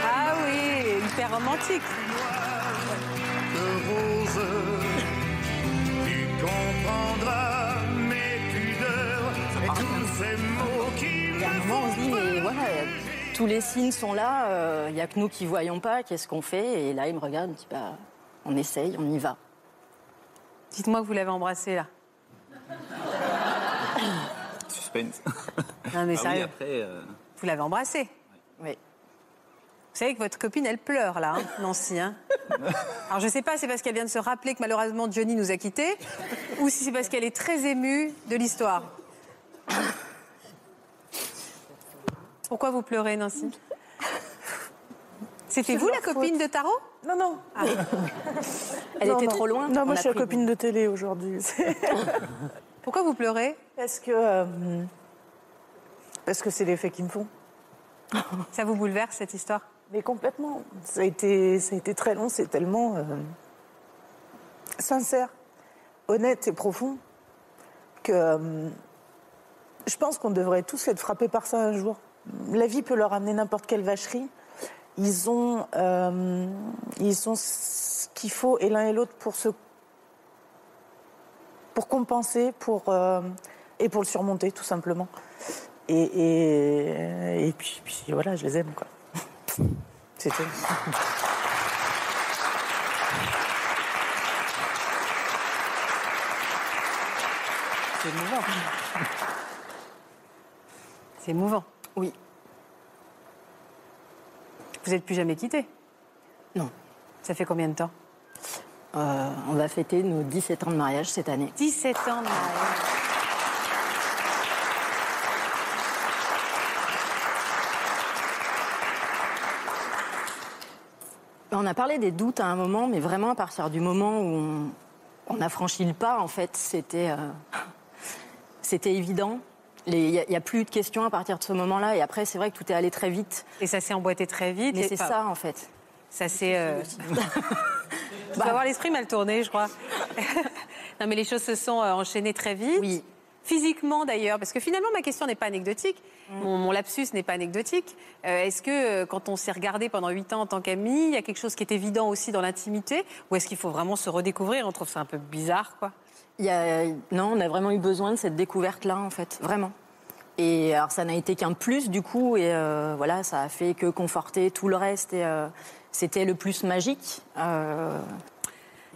A: Ah oui, hyper romantique.
H: de rose. Tu comprendras mes pudeurs et tous ces mots qui
D: Il y a un
H: me
D: moment, on se dit,
H: font
D: mais voilà, euh, tous les signes sont là, euh, il n'y a que nous qui voyons pas, qu'est-ce qu'on fait Et là, il me regarde, il me dit, bah, on essaye, on y va.
A: Dites-moi que vous l'avez embrassé là.
E: Suspense.
A: Non mais
E: Ah oui,
A: sérieux,
E: après, euh,
A: vous l'avez embrassé.
D: Oui.
A: Vous savez que votre copine, elle pleure là, hein, Nancy. hein. Alors je sais pas, c'est parce qu'elle vient de se rappeler que malheureusement Johnny nous a quittés, ou si c'est parce qu'elle est très émue de l'histoire. Pourquoi vous pleurez, Nancy C'était vous la copine de Tarot Ah.
G: Non, non.
D: Elle
G: non,
D: était
G: non.
D: trop loin.
G: Non,
D: on a
G: moi je suis la
D: pris
G: copine de télé aujourd'hui. C'est-
A: Pourquoi vous pleurez
G: Parce que. euh, parce que c'est les faits qui me font.
A: Ça vous bouleverse cette histoire
G: Mais complètement. Ça a été, ça a été très long, c'est tellement euh, sincère, honnête et profond que euh, je pense qu'on devrait tous être frappés par ça un jour. La vie peut leur amener n'importe quelle vacherie. Ils ont, euh, ils ont ce qu'il faut et l'un et l'autre pour se, pour compenser, pour euh, et pour le surmonter tout simplement. Et, et, et puis, puis voilà, je les aime quoi. C'est tout.
D: ce mouvement.
A: C'est émouvant.
D: Oui.
A: Vous n'êtes plus jamais quittés
D: Non.
A: Ça fait combien de temps
D: Euh, on va fêter nos 17 ans de mariage cette année.
A: 17 ans de mariage.
D: On a parlé des doutes à un moment, mais vraiment à partir du moment où on, on a franchi le pas, en fait, c'était euh, c'était évident. Il n'y a, y a plus de questions à partir de ce moment-là. Et après, c'est vrai que tout est allé très vite.
A: Et ça s'est emboîté très vite.
D: Mais
A: et-
D: c'est
A: enfin,
D: ça, en fait.
A: Ça c'est. Euh... faut avoir l'esprit mal tourné, je crois. non, mais les choses se sont euh, enchaînées très vite.
D: Oui.
A: Physiquement d'ailleurs, parce que finalement ma question n'est pas anecdotique, mon, mon lapsus n'est pas anecdotique. Euh, est-ce que euh, quand on s'est regardé pendant 8 ans en tant qu'amis, il y a quelque chose qui est évident aussi dans l'intimité Ou est-ce qu'il faut vraiment se redécouvrir On trouve ça un peu bizarre quoi.
D: Il y a- Non, on a vraiment eu besoin de cette découverte-là, en fait, vraiment. Et alors, ça n'a été qu'un plus, du coup, et euh, voilà, ça a fait que conforter tout le reste. Et euh, c'était le plus magique. Euh,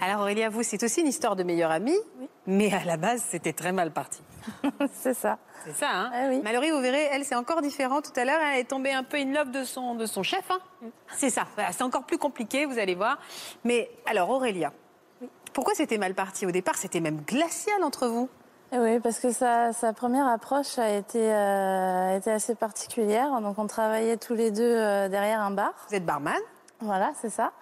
A: Alors Aurélie, à vous, c'est aussi une histoire de meilleure amie, mais à la base c'était très mal parti.
C: C'est ça.
A: C'est ça, hein
C: Ah oui.
A: Mallory, vous verrez, elle, c'est encore différent. Tout à l'heure, elle est tombée un peu in love de son, de son chef. hein.
C: Mm.
A: C'est ça. Voilà, c'est encore plus compliqué, vous allez voir. Mais alors, Aurélia, pourquoi c'était mal parti au départ C'était même glacial entre vous.
C: Et Eh oui, parce que sa, sa première approche a été, euh, a été assez particulière. Donc on travaillait tous les deux euh, derrière un bar.
A: Vous êtes barman
C: Voilà, c'est ça.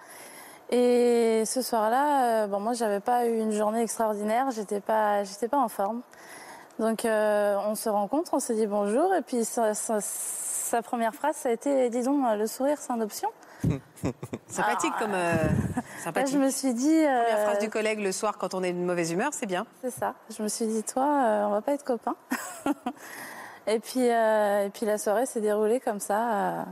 C: Et ce soir-là, euh, bon, moi, j'avais pas eu une journée extraordinaire, j'étais pas, j'étais pas en forme. Donc, euh, on se rencontre, on se dit bonjour, et puis sa, sa- sa euh, première phrase, ça a été, disons, le sourire, c'est une option.
A: Sympathique comme. euh,
C: Ah. Là,
A: Sympathique.
C: je me suis dit. euh,
A: La phrase du collègue le soir quand on est de mauvaise humeur, c'est bien.
C: C'est ça. Je me suis dit, toi, euh, on va pas être copains. et, puis, euh, et puis la soirée s'est déroulée comme ça. euh,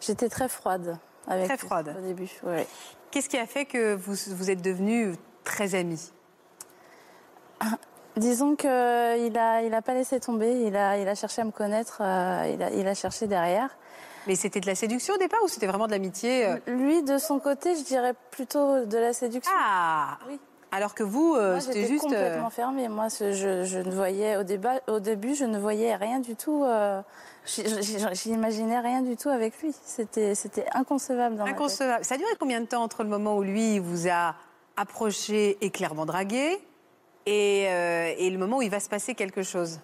C: J'étais très froide. Avec
A: Très
C: lui
A: froide.
C: Au début, ouais.
A: Qu'est-ce qui a fait que vous, vous êtes devenus très amis
C: Disons qu'il a, il a pas laissé tomber, il a, il a cherché à me connaître, euh, il, a, il a cherché derrière.
A: Mais c'était de la séduction au départ ou c'était vraiment de l'amitié euh
C: Lui, de son côté, je dirais plutôt de la séduction.
A: Ah
C: Oui.
A: Alors que vous, euh,
C: Moi,
A: c'était
C: j'étais
A: juste. euh,
C: complètement fermée. Moi, ce- je, je ne voyais au, débat, au début, je ne voyais rien du tout. euh, j'- j'- J'imaginais rien du tout avec lui. C'était c'était inconcevable dans ma tête.
A: Inconcevable. Ça a duré combien de temps entre le moment où lui vous a approché et clairement dragué et, euh, et le moment où il va se passer quelque chose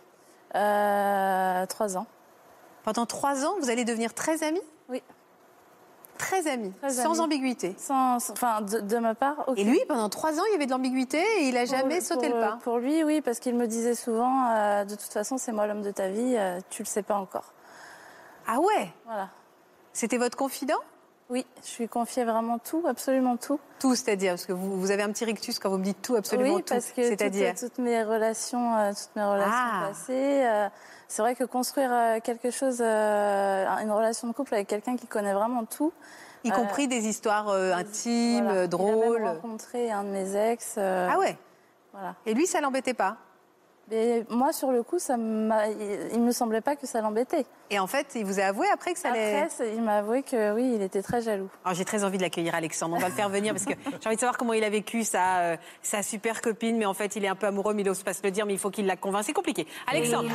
C: Euh, Trois ans.
A: Pendant trois ans, vous allez devenir très amis
C: Oui.
A: Très amis,
C: Très
A: sans
C: amis.
A: ambiguïté.
C: Sans, sans- enfin, de, de ma part, ok.
A: Et lui, pendant trois ans, il y avait de l'ambiguïté et il a
C: Pour-
A: jamais
C: pour-
A: sauté le pas.
C: Pour lui, oui, parce qu'il me disait souvent, euh, de toute façon, c'est moi l'homme de ta vie, euh, tu le sais pas encore.
A: Ah ouais
C: Voilà.
A: C'était votre confident
C: Oui, je lui confiais vraiment tout, absolument tout.
A: Tout, c'est-à-dire, parce que vous, vous avez un petit rictus quand vous me dites tout, absolument
C: oui,
A: tout.
C: parce que
A: C'est-à-dire,
C: toutes, toutes mes relations, euh, toutes mes relations
A: Ah.
C: passées, euh, c'est vrai que construire euh, quelque chose, euh, une relation de couple avec quelqu'un qui connaît vraiment tout.
A: y
C: euh,
A: compris des histoires euh, intimes, euh,
C: voilà. Il a même
A: drôles.
C: rencontré un de mes ex. euh,
A: Ah ouais
C: Voilà.
A: Et lui, ça l'embêtait pas
C: Mais moi, sur le coup, ça m'a- il, il me semblait pas que ça l'embêtait.
A: Et en fait, il vous a avoué après que ça allait...
C: Après, c'est- il m'a avoué que oui, il était très jaloux.
A: Alors j'ai très envie de l'accueillir, Alexandre. On va le faire venir parce que j'ai envie de savoir comment il a vécu sa, euh, sa super copine. Mais en fait, il est un peu amoureux, mais il n'ose pas se le dire, mais il faut qu'il la convainque. C'est compliqué. Alexandre,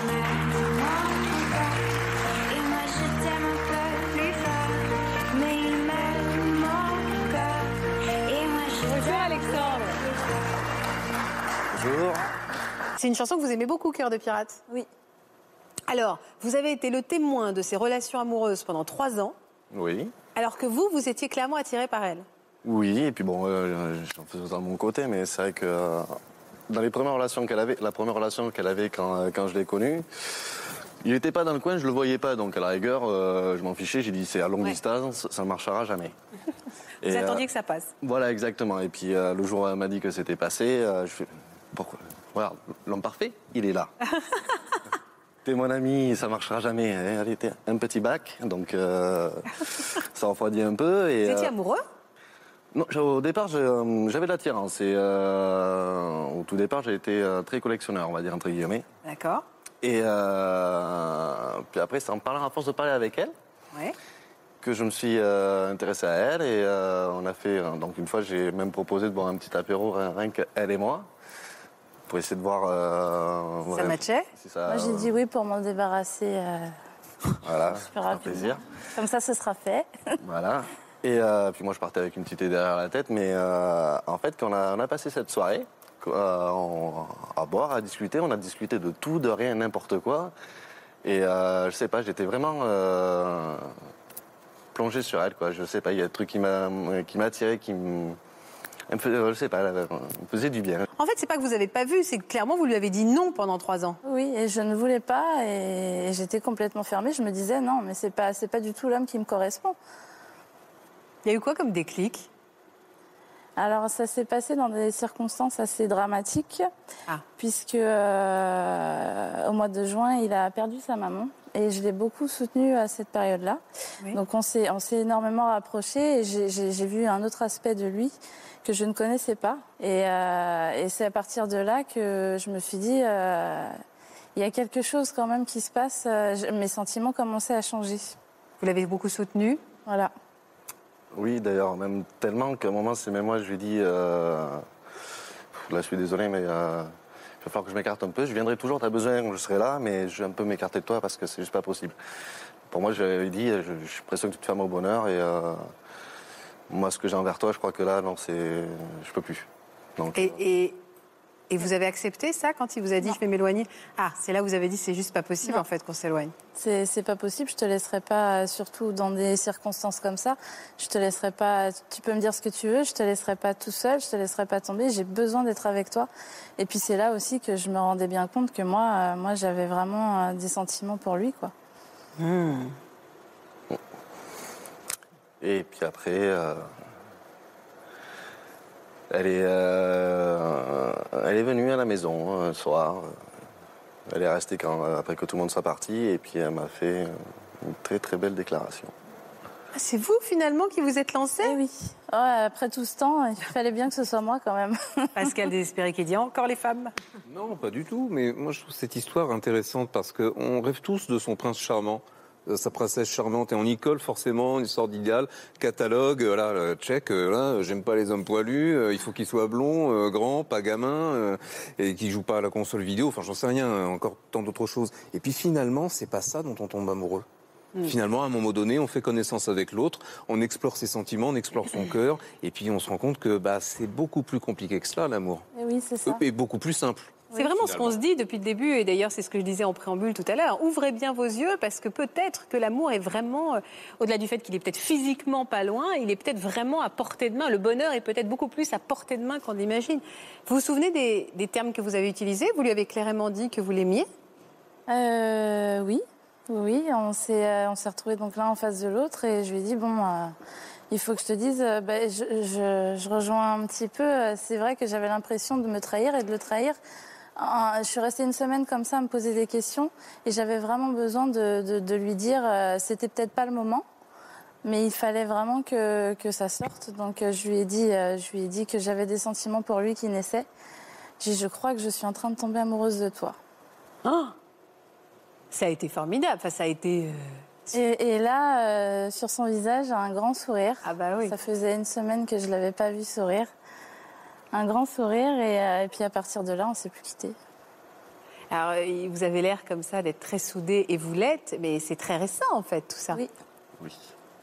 A: bonjour Alexandre.
F: Bonjour.
A: C'est une chanson que vous aimez beaucoup, Cœur de Pirate.
C: Oui.
A: Alors, vous avez été le témoin de ses relations amoureuses pendant trois ans,
I: Oui.
A: alors que vous, vous étiez clairement attiré par elle.
I: Oui, et puis bon, euh, j'en faisais dans mon côté, mais c'est vrai que euh, dans les premières relations qu'elle avait, la première relation qu'elle avait quand, euh, quand je l'ai connue, il n'était pas dans le coin, je le voyais pas, donc à la rigueur, euh, je m'en fichais, j'ai dit c'est à longue
A: Ouais.
I: distance, ça ne marchera jamais.
A: Vous
I: Et, euh,
A: attendiez que ça passe.
I: Voilà, exactement. Et puis euh, le jour où elle m'a dit que c'était passé, euh, je fais pourquoi Regarde, l'homme parfait, il est là. T'es mon ami, ça marchera jamais. hein. Elle était un petit bac, donc euh, ça refroidit un peu. Et,
A: Vous étiez
I: euh,
A: amoureux
I: non, j'avais- au départ, j'ai, euh, j'avais de l'attirance. Et euh, au tout départ, j'ai été euh, très collectionneur, on va dire, entre guillemets.
A: D'accord.
I: Et euh, puis après, c'est en parlant, à force de parler avec elle,
A: Ouais.
I: que je me suis euh, intéressé à elle. Et euh, on a fait. euh, Donc, une fois, j'ai même proposé de boire un petit apéro, rien rien qu'elle et moi, pour essayer de voir. euh,
A: Ça
I: voilà,
A: matchait
I: si ça-
C: Moi, j'ai dit oui pour m'en débarrasser. euh,
I: Voilà, c'est un
C: rapidement.
I: plaisir.
C: comme ça, ce sera fait.
I: Voilà. Et euh, puis moi, je partais avec une petite idée derrière la tête. Mais euh, en fait, quand on a, on a passé cette soirée quoi, euh, on- à boire, à discuter, on a discuté de tout, de rien, n'importe quoi. Et euh, je sais pas, j'étais vraiment euh, plongé sur elle. Quoi. Je sais pas, il y a des trucs qui m'a qui m'a attiré, qui me... elle me faisait- je sais pas, elle me faisait du bien.
A: En fait, c'est pas que vous avez pas vu, c'est que clairement, vous lui avez dit non pendant trois ans.
C: Oui, et je ne voulais pas, et j'étais complètement fermée. Je me disais non, mais c'est pas, c'est pas du tout l'homme qui me correspond.
A: Il y a eu quoi comme déclic
C: Alors ça s'est passé dans des circonstances assez dramatiques,
A: Ah.
C: puisque euh, au mois de juin, il a perdu sa maman, et je l'ai beaucoup soutenu à cette période-là.
A: Oui.
C: Donc on s'est, on s'est énormément rapprochés, et j'ai, j'ai- j'ai vu un autre aspect de lui que je ne connaissais pas. Et, euh, et c'est à partir de là que je me suis dit, euh, il y a quelque chose quand même qui se passe, euh, je- mes sentiments commençaient à changer.
A: Vous l'avez beaucoup soutenu.
C: Voilà.
I: Oui, d'ailleurs, même tellement qu'à un moment, c'est même moi, je lui dis, euh, là, je suis désolé, mais euh, il va falloir que je m'écarte un peu. Je viendrai toujours, t'as besoin, je serai là, mais je vais un peu m'écarter de toi parce que c'est juste pas possible. Pour moi, je lui ai dit, euh, je, je suis pressé que tu te fermes au bonheur et euh, moi, ce que j'ai envers toi, je crois que là, non, c'est, je peux plus. Donc, euh,
A: Et, et, et vous avez accepté ça quand il vous a dit je vais m'éloigner Ah, c'est là où vous avez dit c'est juste pas possible en fait qu'on s'éloigne.
C: C'est c'est pas possible, je te laisserai pas, euh, surtout dans des circonstances comme ça, je te laisserai pas, tu peux me dire ce que tu veux, je te laisserai pas tout seul, je te laisserai pas tomber, j'ai besoin d'être avec toi. Et puis c'est là aussi que je me rendais bien compte que moi, euh, moi j'avais vraiment euh, des sentiments pour lui, quoi.
I: Et puis après, euh, Elle est, euh, elle est venue à la maison euh, un soir. Elle est restée quand, euh, après que tout le monde soit parti et puis elle m'a fait euh, une très très belle déclaration.
J: Ah, C'est vous finalement qui vous êtes lancé
C: Eh oui. Ouais, après tout ce temps, il fallait bien que ce soit moi quand même.
A: Pascal Désespéré qui dit encore les femmes.
F: Non, pas du tout. Mais moi, je trouve cette histoire intéressante parce qu'on rêve tous de son prince charmant, de sa princesse charmante. Et on y colle forcément une sorte d'idéal. Catalogue, euh, là, euh, check, euh, là, j'aime pas les hommes poilus, euh, il faut qu'ils soient blonds, euh, grands, pas gamins, euh, et qu'ils jouent pas à la console vidéo. Enfin, j'en sais rien, euh, encore tant d'autres choses. Et puis finalement, c'est pas ça dont on tombe amoureux.
K: Mm.
F: Finalement, à un moment donné, on fait connaissance avec l'autre, on explore ses sentiments, on explore son cœur, et puis on se rend compte que bah, c'est beaucoup plus compliqué que cela, l'amour.
C: Eh oui, c'est ça.
F: Et beaucoup plus simple.
A: Hein. C'est vraiment ce qu'on se dit depuis le début, et d'ailleurs c'est ce que je disais en préambule tout à l'heure. Ouvrez bien vos yeux parce que peut-être que l'amour est vraiment, euh, au-delà du fait qu'il est peut-être physiquement pas loin, il est peut-être vraiment à portée de main. Le bonheur est peut-être beaucoup plus à portée de main qu'on imagine. Vous vous souvenez des, des termes que vous avez utilisés Vous lui avez clairement dit que vous l'aimiez
C: Euh, oui, oui, on s'est, euh, on s'est retrouvés donc l'un en face de l'autre et je lui ai dit bon, euh, il faut que je te dise, euh, ben, je, je- je rejoins un petit peu. euh, C'est vrai que j'avais l'impression de me trahir et de le trahir. Euh, je suis restée une semaine comme ça à me poser des questions et j'avais vraiment besoin de, de- de lui dire euh, c'était peut-être pas le moment. Mais il fallait vraiment que, que ça sorte. Donc euh, je lui ai dit, euh, je lui ai dit que j'avais des sentiments pour lui qui naissaient. J'ai dit, je crois que je suis en train de tomber amoureuse de toi.
A: Ah Ça a été formidable. Enfin, ça a été. euh,
C: Et, et là, euh, sur son visage, un grand sourire.
A: Ah bah oui.
C: Ça faisait une semaine que je l'avais pas vu sourire. Un grand sourire et, euh, et puis à partir de là, on s'est plus quitté.
A: Alors, euh, vous avez l'air comme ça d'être très soudés et vous l'êtes, mais c'est très récent en fait tout ça.
C: Oui.
I: Oui,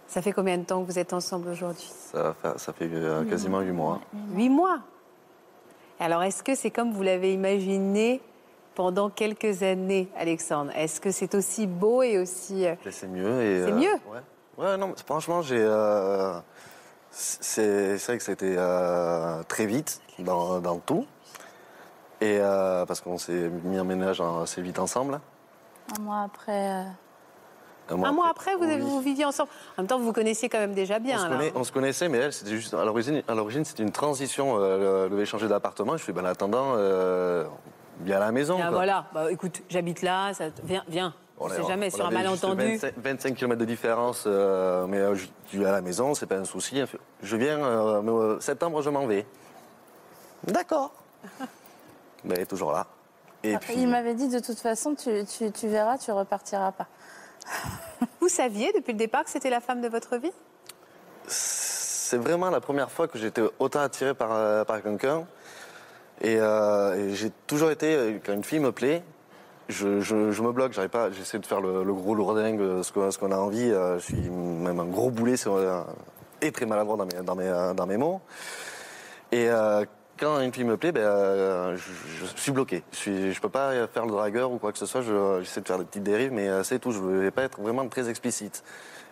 A: Ça fait combien de temps que vous êtes ensemble aujourd'hui
I: ça, va faire- ça fait euh, quasiment huit mois.
A: Huit mois. Alors, est-ce que c'est comme vous l'avez imaginé pendant quelques années, Alexandre Est-ce que c'est aussi beau et aussi... euh,
I: Mais c'est mieux. et,
A: C'est
I: euh,
A: mieux
I: ouais. Ouais, non, mais franchement, j'ai. euh, c'est c'est vrai que ça a été euh, très vite dans, dans tout. Et euh, parce qu'on s'est mis en ménage en- assez vite ensemble.
C: Un mois après. euh,
A: Un mois après, vous, avez-
I: oui.
A: vous viviez ensemble. En même temps, vous vous connaissiez quand même déjà bien.
I: On se,
A: alors.
I: connaît- on se connaissait, mais elle, c'était juste à l'origine. À l'origine, c'était une transition. euh, elle devait changer d'appartement. Je fais, ben, en attendant, euh, viens à la maison.
A: Bien,
I: quoi.
A: voilà, Bah, écoute, j'habite là, ça... viens, viens. On
I: On
A: ne
I: est-
A: sait jamais,
I: on
A: sur un
I: avait juste
A: malentendu.
I: 25, 25 km de différence, euh, mais euh, je je suis à la maison, c'est pas un souci. Elle fait, Je viens, euh, mais, euh, septembre, je m'en vais. D'accord. Mais elle est toujours là. Et puis,
C: Ah, Il m'avait dit de toute façon, tu, tu- tu verras, tu repartiras pas.
A: Vous saviez depuis le départ que c'était la femme de votre vie
I: c'est vraiment la première fois que j'étais autant attiré par, euh, par quelqu'un. Et, euh, et j'ai toujours été, euh, quand une fille me plaît, je, je- je me bloque, j'arrive pas, j'essaie de faire le, le gros lourdingue, euh, ce qu'on ce qu'on a envie. euh, je suis même un gros boulet sur, euh, et très maladroit dans mes, dans mes, euh, dans mes mots. Et euh, quand une fille me plaît, ben, euh, je, je suis bloqué. Je, suis, je peux pas faire le dragueur ou quoi que ce soit. je- J'essaie de faire des petites dérives, mais euh, c'est tout. Je ne vais pas être vraiment très explicite.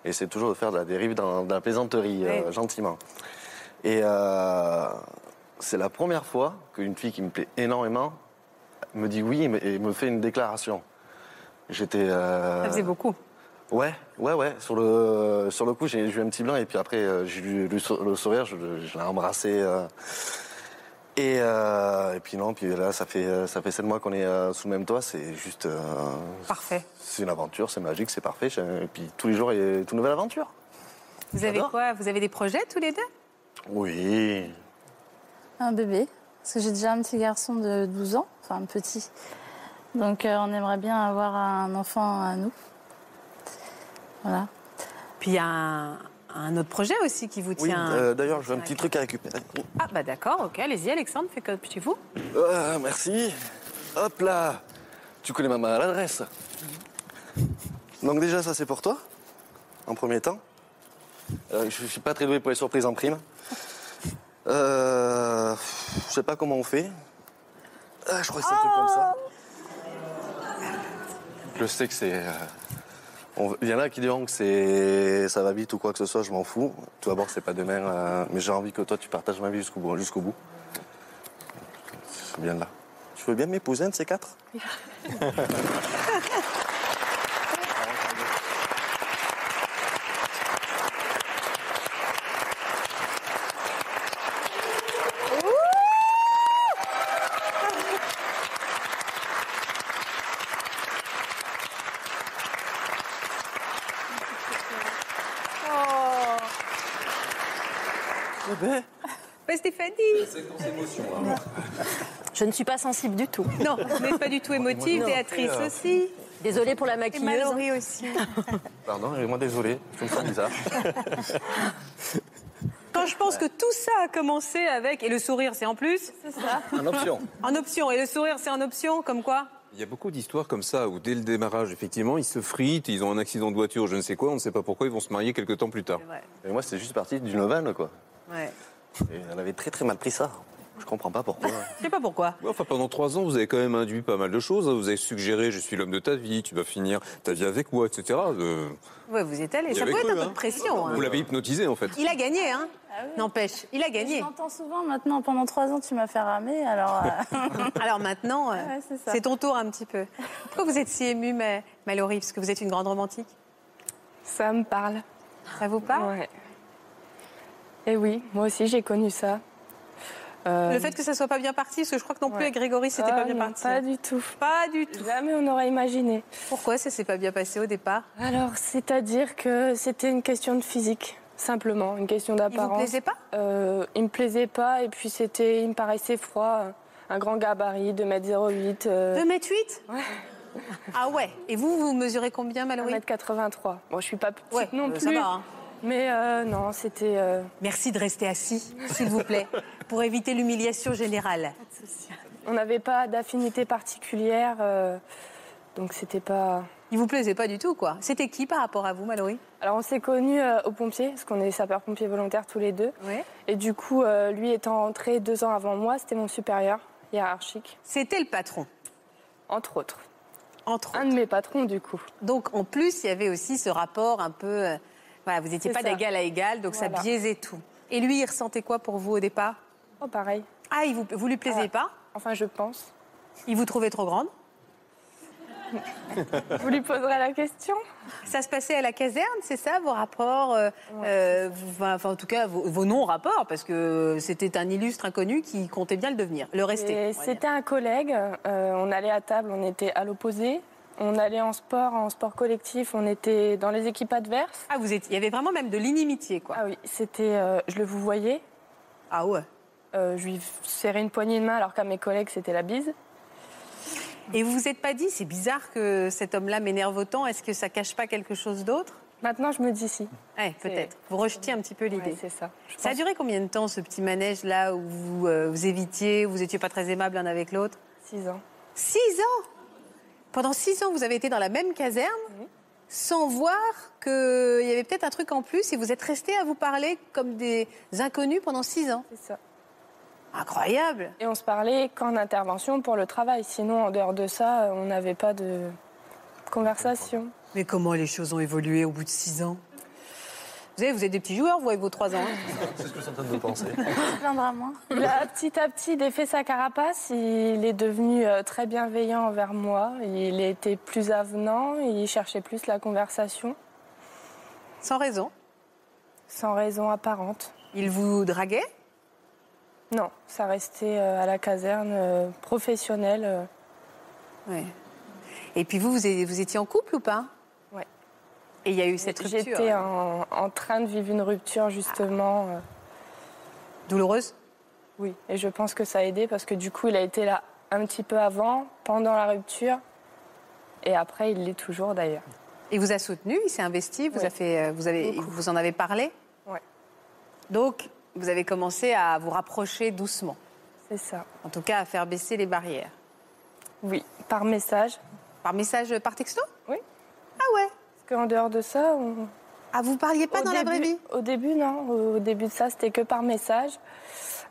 I: Et c'est toujours de faire de la dérive dans, dans la plaisanterie, euh, gentiment. Et euh, c'est la première fois qu'une fille qui me plaît énormément me dit oui et me- et me fait une déclaration. J'étais. euh,
A: Ça faisait beaucoup.
I: Ouais, ouais, ouais. Sur le, sur le coup, j'ai j'ai eu un petit blanc et puis après, euh, j'ai eu le, sou- le sourire, je, je l'ai embrassé. euh, et, euh, et puis non, puis là, ça fait, euh, ça fait sept mois qu'on est euh, sous le même toit. C'est juste. euh,
A: Parfait.
I: C'est une aventure, c'est magique, c'est parfait. j'ai- Et puis tous les jours, il y a une toute nouvelle aventure.
A: Vous avez
I: J'adore.
A: quoi Vous avez des projets tous les deux
I: Oui.
C: Un bébé, parce que j'ai déjà un petit garçon de 12 ans, enfin un petit. Donc euh, on aimerait bien avoir un enfant à nous. Voilà.
A: Puis il y a un, un autre projet aussi qui vous
I: Oui,
A: tient.
I: euh, d'ailleurs, j'ai un petit truc euh, à récupérer.
A: Ah bah d'accord, ok, allez-y Alexandre, faites comme chez vous.
I: Ah, merci. Hop là. Tu connais ma main à l'adresse. Mhm. Donc déjà, ça c'est pour toi, en premier temps. Euh, je suis pas très doué pour les surprises en prime. Euh, je sais pas comment on fait. Ah, je crois que c'est un truc comme ça. Je sais que c'est... euh, on- Il y en a qui diront que c'est ça va vite ou quoi que ce soit, je m'en fous. Tout d'abord, c'est pas demain, euh, mais j'ai envie que toi, tu partages ma vie jusqu'au bout. Jusqu'au bout. C'est bien là. Tu veux bien m'épouser un de ces quatre
A: Ouh
C: Oh
A: Pas Stéphanie
F: hein.
D: Je ne suis pas sensible du tout.
A: Non, vous n'êtes pas du tout émotive, Béatrice aussi.
D: Désolée pour la
A: Et
D: maquilleuse.
A: Mallory aussi.
I: Pardon, j'ai moins désolé, je me sens bizarre.
A: Quand je pense que tout ça a commencé avec, et le sourire c'est en plus,
F: Un option.
A: en option, et le sourire c'est en option, comme quoi
F: Il y a beaucoup d'histoires comme ça où dès le démarrage, effectivement, ils se fritent, ils ont un accident de voiture, je ne sais quoi, on ne sait pas pourquoi, ils vont se marier quelques temps plus tard.
I: Et moi, c'était juste parti d'une vanne, quoi.
A: Ouais.
I: Et elle avait très très mal pris ça. Je comprends pas pourquoi.
A: Je sais pas pourquoi.
F: Ouais, Enfin, pendant trois ans, vous avez quand même induit pas mal de choses. hein. Vous avez suggéré, je suis l'homme de ta vie, tu vas finir ta vie avec moi, etc. Euh,
A: Ouais, vous êtes allé.
F: Il
A: Ça
F: avait
A: peut être
F: cru,
A: un peu
F: hein.
A: de pression. hein.
F: Vous l'avez hypnotisé, en fait.
A: Il a gagné, hein N'empêche, il a
C: Ah Je
A: gagné.
C: l'entends souvent maintenant, pendant trois ans tu m'as fait ramer, alors... euh,
A: Alors maintenant, euh,
C: Ouais, c'est ça.
A: c'est ton tour un petit peu. Pourquoi vous êtes si émue, Ma- Mallory Parce que vous êtes une grande romantique.
L: Ça me parle.
A: Ça vous parle
L: Ouais. Et Eh oui, moi aussi j'ai connu ça. Euh,
A: Le fait que ça soit pas bien parti, parce que je crois que non plus
L: Ouais.
A: avec Grégory, c'était
L: ah
A: pas bien
L: non,
A: parti.
L: Pas du tout.
A: Pas du tout.
L: Jamais on n'aurait imaginé.
A: Pourquoi ça s'est pas bien passé au départ
L: Alors, c'est-à-dire que c'était une question de physique, simplement, une question
A: Il vous
L: d'apparence.
A: plaisait pas
L: Euh, il me plaisait pas et puis c'était, il me paraissait froid. Un grand gabarit, 2m08, euh,
A: 2 mètres 8 Ah ouais. Et vous, vous mesurez combien, Mallory
L: 1m83. Bon, je suis pas petite
A: Ouais,
L: non
A: euh,
L: plus.
A: ça va, hein.
L: Mais euh, non, c'était... euh,
A: Merci de rester assis, s'il vous plaît, pour éviter l'humiliation générale.
L: on n'avait pas d'affinité particulière, euh, donc c'était pas...
A: Il vous plaisait pas du tout, quoi. C'était qui par rapport à vous, Mallory
L: Alors on s'est connus euh, aux pompiers, parce qu'on est sapeurs-pompiers volontaires tous les deux.
A: Ouais.
L: Et du coup, euh, lui étant entré deux ans avant moi, c'était mon supérieur hiérarchique,
A: C'était le patron,
L: entre autres.
A: entre autres.
L: Un de mes patrons, du coup.
A: Donc en plus, il y avait aussi ce rapport un peu. euh, voilà, vous n'étiez
L: C'est
A: pas
L: ça.
A: d'égal à égal, donc ça
L: Voilà.
A: biaisait tout. Et lui, il ressentait quoi pour vous au départ
L: Oh, pareil.
A: Ah, il vous, vous lui plaisiez
L: Ah.
A: pas
L: Enfin, je pense.
A: Il vous trouvait trop grande
L: Vous lui poserez la question
A: Ça se passait à la caserne, c'est ça, vos rapports euh, euh, vous- Enfin, en tout cas, vos, vos non-rapports, parce que c'était un illustre inconnu qui comptait bien le devenir, le rester.
L: Et
A: on va dire.
L: C'était un collègue. euh, on allait à table, on était à l'opposé. On allait en sport, en sport collectif. On était dans les équipes adverses.
A: Ah, vous étiez, il y avait vraiment même de l'inimitié, quoi.
L: Ah oui, c'était. euh, je le vous voyais.
A: Ah ouais.
L: euh, je lui serrais une poignée de main alors qu'à mes collègues, c'était la bise.
A: Et vous vous êtes pas dit, c'est bizarre que cet homme-là m'énerve autant, est-ce que ça cache pas quelque chose d'autre
L: Maintenant, je me dis si.
A: Ouais, peut-être. Vous rejetiez un petit peu l'idée.
L: Ouais, c'est ça. Je
A: Ça a
L: pense-
A: duré combien de temps ce petit manège là où vous, euh, vous évitiez, où vous étiez pas très aimable l'un avec l'autre
L: Six ans.
A: Six ans Pendant six ans, vous avez été dans la même caserne sans voir qu'il y avait peut-être un truc en plus et vous êtes restés à vous parler comme des inconnus pendant six ans.
L: C'est ça.
A: Incroyable
L: Et on se parlait qu'en intervention pour le travail. Sinon, en dehors de ça, euh, on n'avait pas de conversation.
A: Mais comment les choses ont évolué au bout de six ans vous savez, vous êtes des petits joueurs, vous, avec vos trois ans. hein.
C: tu te plaindras moins.
L: Il a petit à petit défait sa carapace. Il est devenu euh, très bienveillant envers moi. Il était plus avenant. Il cherchait plus la conversation,
A: Sans raison.
L: sans raison apparente.
A: Il vous draguait
L: Non, ça restait euh, à la caserne euh, professionnelle. euh.
A: Oui. Et puis vous, vous é- vous étiez en couple ou pas
L: Ouais.
A: Et il y a eu cette rupture
L: J'étais en, en train de vivre une rupture justement. euh,
A: douloureuse
L: Oui, et je pense que ça a aidé parce que du coup, il a été là un petit peu avant, pendant la rupture, et après, il l'est toujours d'ailleurs.
A: Il vous a soutenu, il s'est investi, vous,
L: Ouais.
A: a fait, euh, vous, avez, vous en avez parlé
L: Ouais.
A: Donc, vous avez commencé à vous rapprocher doucement,
L: C'est ça.
A: en tout cas à faire baisser les barrières.
L: Oui, par message.
A: Par message, par texto
L: Oui.
A: Ah ouais
L: Parce qu'en dehors de ça, on...
A: Ah, vous parliez pas
L: au
A: dans la vraie
L: début-
A: vie
L: Au début, non. Au début de ça, c'était que par message.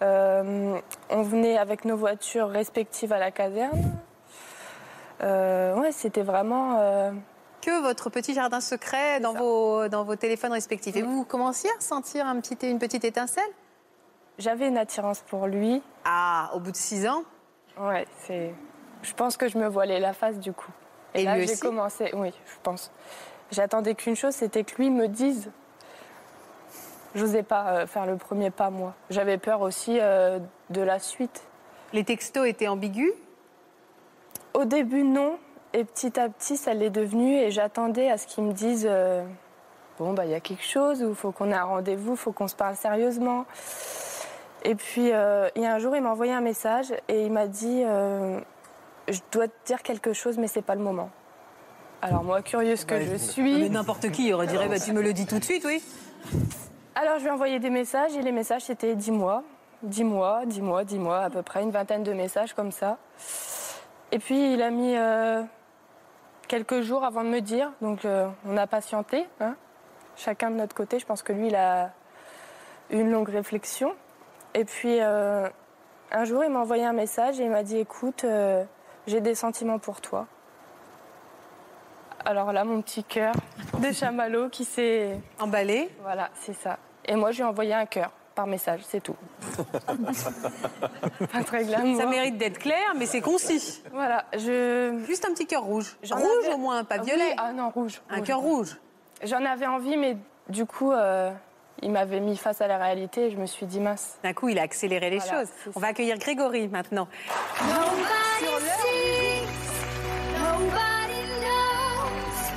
L: Euh, on venait avec nos voitures respectives à la caserne. Euh, ouais, c'était vraiment. euh,
A: Que votre petit jardin secret dans vos, dans vos téléphones respectifs. Et vous, vous commenciez à ressentir un petit, une petite étincelle
L: J'avais une attirance pour lui.
A: Ah, au bout de six ans
L: Ouais, c'est. Je pense que je me voilais la face du coup. Et,
A: Et
L: là,
A: lui
L: j'ai
A: aussi
L: commencé. Oui, je pense. J'attendais qu'une chose, c'était que lui me dise. J'osais pas euh, faire le premier pas moi. J'avais peur aussi euh, de la suite.
A: Les textos étaient ambigus
L: Au début non, et petit à petit ça l'est devenu. Et j'attendais à ce qu'il me dise. euh, bon, bah, il y a quelque chose, ou il faut qu'on ait un rendez-vous, il faut qu'on se parle sérieusement. Et puis, euh, il y a un jour, il m'a envoyé un message et il m'a dit euh, Je dois te dire quelque chose, mais c'est pas le moment. Alors, moi, curieuse que je suis.
A: Ah, Mais n'importe qui aurait dirait, bah, tu me le dis tout de suite, oui.
L: Alors, je lui ai envoyé des messages et les messages, c'était dis-moi, dis-moi, dis-moi, dis-moi, à peu près une vingtaine de messages comme ça. Et puis, il a mis euh, quelques jours avant de me dire, donc euh, on a patienté, hein, chacun de notre côté. Je pense que lui, il a eu une longue réflexion. Et puis, euh, un jour, il m'a envoyé un message et il m'a dit Écoute, euh, j'ai des sentiments pour toi. Alors là, mon petit cœur de chamallow qui s'est.
A: Emballé.
L: Voilà, c'est ça. Et moi, je lui ai envoyé un cœur par message, c'est tout. Pas très glamour.
A: Ça mérite d'être clair, mais c'est concis.
L: Voilà, je.
A: Juste un petit cœur rouge.
L: J'en
A: rouge
L: avais-
A: au moins, pas
L: Oui,
A: violet.
L: Ah non, rouge.
A: un cœur rouge.
L: J'en avais envie, mais du coup, euh, il m'avait mis face à la réalité et je me suis dit Mince.
A: D'un coup, il a accéléré les
L: Voilà,
A: choses.
L: c'est
A: On va accueillir Grégory maintenant.
K: Nobody sees, nobody knows.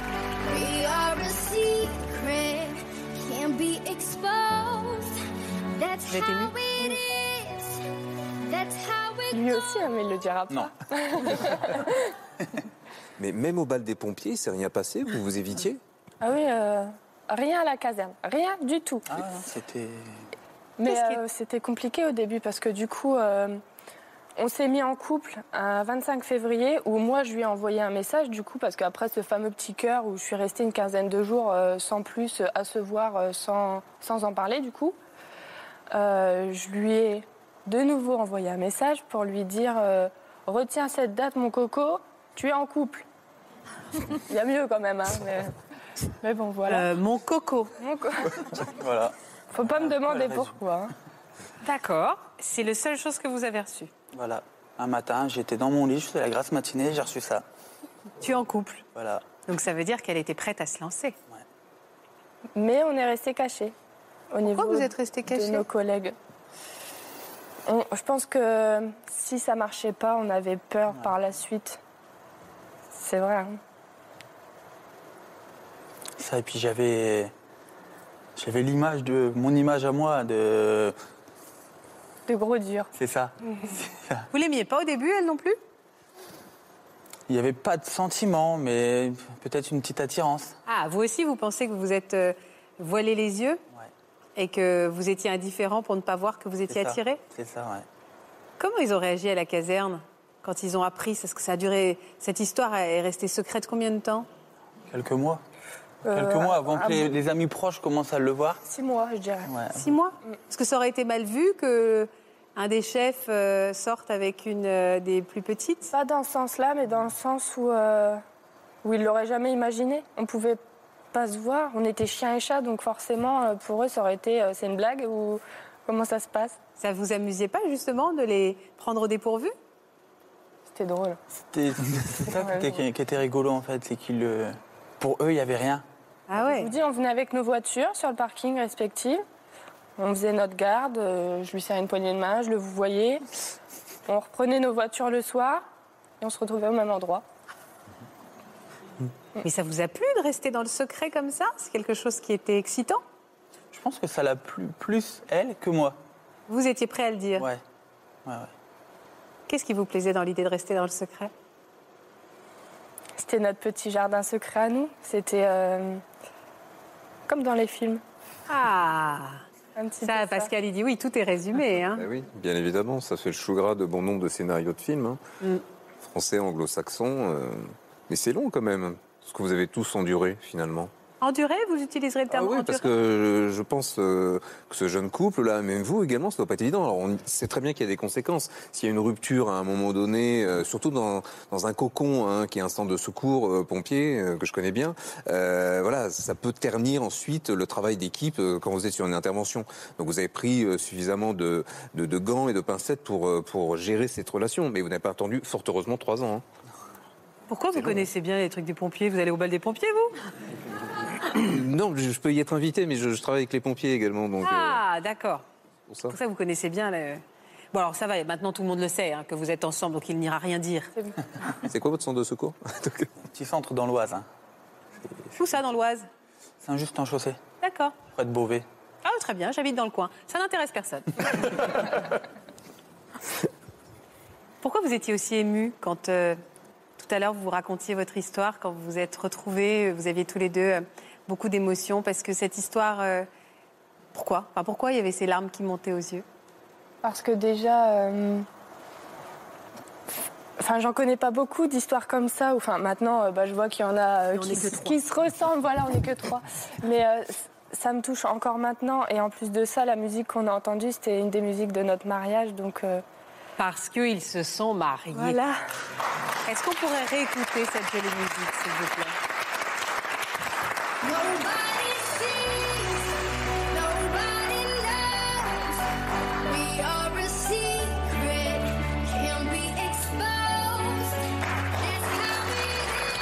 K: We are a secret, can't be exposed. That's
A: Vous êtes
K: how
A: ému
K: it is. That's how it
L: Lui aussi, hein, mais il le dira pas.
M: Non.
F: Mais même au bal des pompiers, il s'est rien passé, vous vous évitiez
L: Ah oui, euh, rien à la caserne, rien du tout.
F: Ah.
A: Ah,
M: C'était.
L: Mais
A: Qu'est-ce qui-
L: euh, c'était compliqué au début parce que du coup, euh, on s'est mis en couple un 25 février où moi je lui ai envoyé un message du coup parce qu'après ce fameux petit cœur où je suis restée une quinzaine de jours euh, sans plus euh, à se voir, euh, sans, sans en parler du coup, euh, je lui ai de nouveau envoyé un message pour lui dire euh, retiens cette date mon coco, tu es en couple. Il y a mieux quand même, hein, mais, mais bon voilà.
A: Euh, mon coco.
L: Mon co-
M: Voilà.
L: Faut pas me demander
E: résumé.
L: pourquoi. hein.
A: D'accord. C'est la seule chose que vous avez reçue.
E: Voilà. Un matin, j'étais dans mon lit, je faisais la grasse matinée, j'ai reçu ça.
A: Tu es en couple.
E: Voilà.
A: Donc ça veut dire qu'elle était prête à se lancer.
L: Mais on est resté cachés. Au niveau
A: vous êtes restés cachés
L: de nos collègues. On- je pense que si ça marchait pas, on avait peur par la suite. C'est vrai. hein.
E: Ça, et puis j'avais. J'avais l'image de. Mon image à moi de.
L: De gros dur.
E: C'est ça.
A: Vous l'aimiez pas au début, elle non plus
E: Il n'y avait pas de sentiment, mais peut-être une petite attirance.
A: Ah, vous aussi, vous pensez que vous êtes euh, voilé les yeux
E: Ouais.
A: et que vous étiez indifférent pour ne pas voir que vous
E: C'est
A: étiez
E: ça.
A: attiré
E: C'est ça, ouais.
A: Comment ils ont réagi à la caserne quand ils ont appris Parce que ça a duré. Cette histoire est restée secrète combien de temps
E: Quelques mois.
L: Euh,
E: Quelques mois avant
L: ah
E: que les, les amis proches commencent à le voir.
L: Six mois, je dirais. Mm.
E: Ouais.
A: Six mois Parce que ça aurait été mal vu que un des chefs euh, sorte avec une euh, des plus petites.
L: Pas dans ce sens-là, mais dans le sens où, euh, où ils l'auraient jamais imaginé. On pouvait pas se voir. On était chien et chat, donc forcément, euh, pour eux, ça aurait été euh, c'est une blague ou comment ça se passe.
A: Ça vous amusait pas justement de les prendre au dépourvu
L: C'était drôle.
E: C'était c'est ça
L: Ouais,
E: qui était, qui était rigolo, en fait. C'est qu'ils le- Pour eux, il n'y avait rien.
A: Ah
L: Je
A: ouais
L: vous dis, on venait avec nos voitures sur le parking respectif. On faisait notre garde, euh, je lui serrais une poignée de main, je le vous voyais. On reprenait nos voitures le soir et on se retrouvait au même endroit.
A: Mais ça vous a plu de rester dans le secret comme ça C'est quelque chose qui était excitant
E: Je pense que ça l'a plu plus, elle, que moi.
A: Vous étiez prêt à le dire.
E: Ouais. Ouais, ouais.
A: Qu'est-ce qui vous plaisait dans l'idée de rester dans le secret
L: C'était notre petit jardin secret à nous. C'était euh, comme dans les films.
A: Ah
L: Un petit peu
A: Ça, Pascal, il dit oui, tout est résumé. hein.
F: Eh oui, bien évidemment, ça fait le chou gras de bon nombre de scénarios de films, hein.
A: Mm.
F: français, anglo-saxons. euh, Mais c'est long quand même, ce que vous avez tous enduré finalement.
A: Enduré, vous utiliserez le
F: Ah
A: terme
F: oui,
A: enduré
F: parce que je, je pense euh, que ce jeune couple-là, même vous également, ça doit pas être évident. Alors, on sait très bien qu'il y a des conséquences. S'il y a une rupture à un moment donné, euh, surtout dans, dans un cocon hein, qui est un centre de secours euh, pompier euh, que je connais bien, euh, voilà, ça peut ternir ensuite le travail d'équipe euh, quand vous êtes sur une intervention. Donc, vous avez pris euh, suffisamment de, de, de gants et de pincettes pour, euh, pour gérer cette relation, mais vous n'avez pas attendu, fort heureusement, trois ans. hein.
A: Pourquoi vous connaissez bien les trucs des pompiers Vous allez au bal des pompiers, vous
F: Non, je, je peux y être invité, mais je, je travaille avec les pompiers également, donc euh,
A: Ah, d'accord.
F: pour ça.
A: Pour ça, vous connaissez bien le... Bon, alors ça va, maintenant tout le monde le sait, hein, que vous êtes ensemble, donc il n'ira rien dire.
F: C'est quoi votre centre de secours
E: Petit centre dans l'Oise. hein.
A: Tout ça dans l'Oise
E: Saint-Just-en-Chaussée,
A: D'accord.
E: près de Beauvais.
A: Ah, très bien, j'habite dans le coin. Ça n'intéresse personne. Pourquoi vous étiez aussi ému quand euh, tout à l'heure vous racontiez votre histoire, quand vous vous êtes retrouvés, euh, vous aviez tous les deux euh, beaucoup d'émotions Parce que cette histoire, euh, pourquoi Enfin, Pourquoi il y avait ces larmes qui montaient aux yeux
L: Parce que déjà, euh, enfin, j'en connais pas beaucoup d'histoires comme ça. Enfin, maintenant, euh, bah, je vois qu'il y en a euh,
A: Et on
L: qui,
A: est que
L: se-
A: trois.
L: qui se ressemblent. Voilà, on n'est que trois. Mais euh, c- ça me touche encore maintenant. Et en plus de ça, la musique qu'on a entendue, c'était une des musiques de notre mariage. Donc, euh,
A: Parce qu'ils se sont mariés.
L: Voilà.
A: Est-ce qu'on pourrait réécouter cette jolie musique, s'il vous plaît
K: Nobody sees, nobody knows. We are a secret, can't be exposed. That's how it is.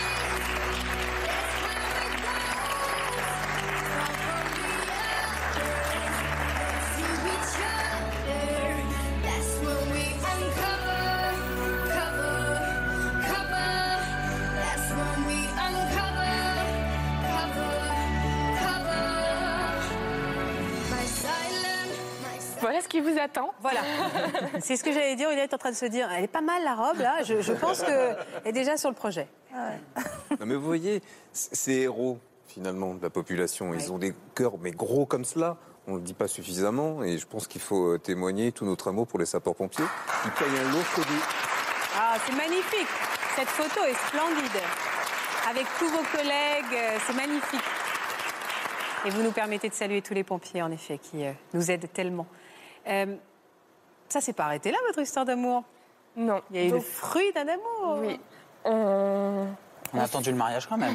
K: That's how it goes. One from the other, to each other. That's when we uncover, cover, cover. That's when we uncover.
L: voilà ce qui vous attend.
A: Voilà. C'est ce que j'allais dire. Il est en train de se dire, elle est pas mal la robe là. Je, je pense qu'elle est déjà sur le projet.
F: Non, mais vous voyez, c- ces héros, finalement, de la population, ils ont des cœurs, mais gros comme cela. On ne le dit pas suffisamment, et je pense qu'il faut euh, témoigner tout notre amour pour les sapeurs-pompiers, qui payent un lourd tribut.
A: Ah, c'est magnifique. Cette photo est splendide. Avec tous vos collègues, euh, c'est magnifique. Et vous nous permettez de saluer tous les pompiers, en effet, qui euh, nous aident tellement. Euh, ça s'est pas arrêté là, votre histoire d'amour
L: Non.
A: Il y a eu le
L: Donc,
A: fruit d'un amour.
L: oui. On,
E: On
L: Ah,
E: a attendu le mariage quand même.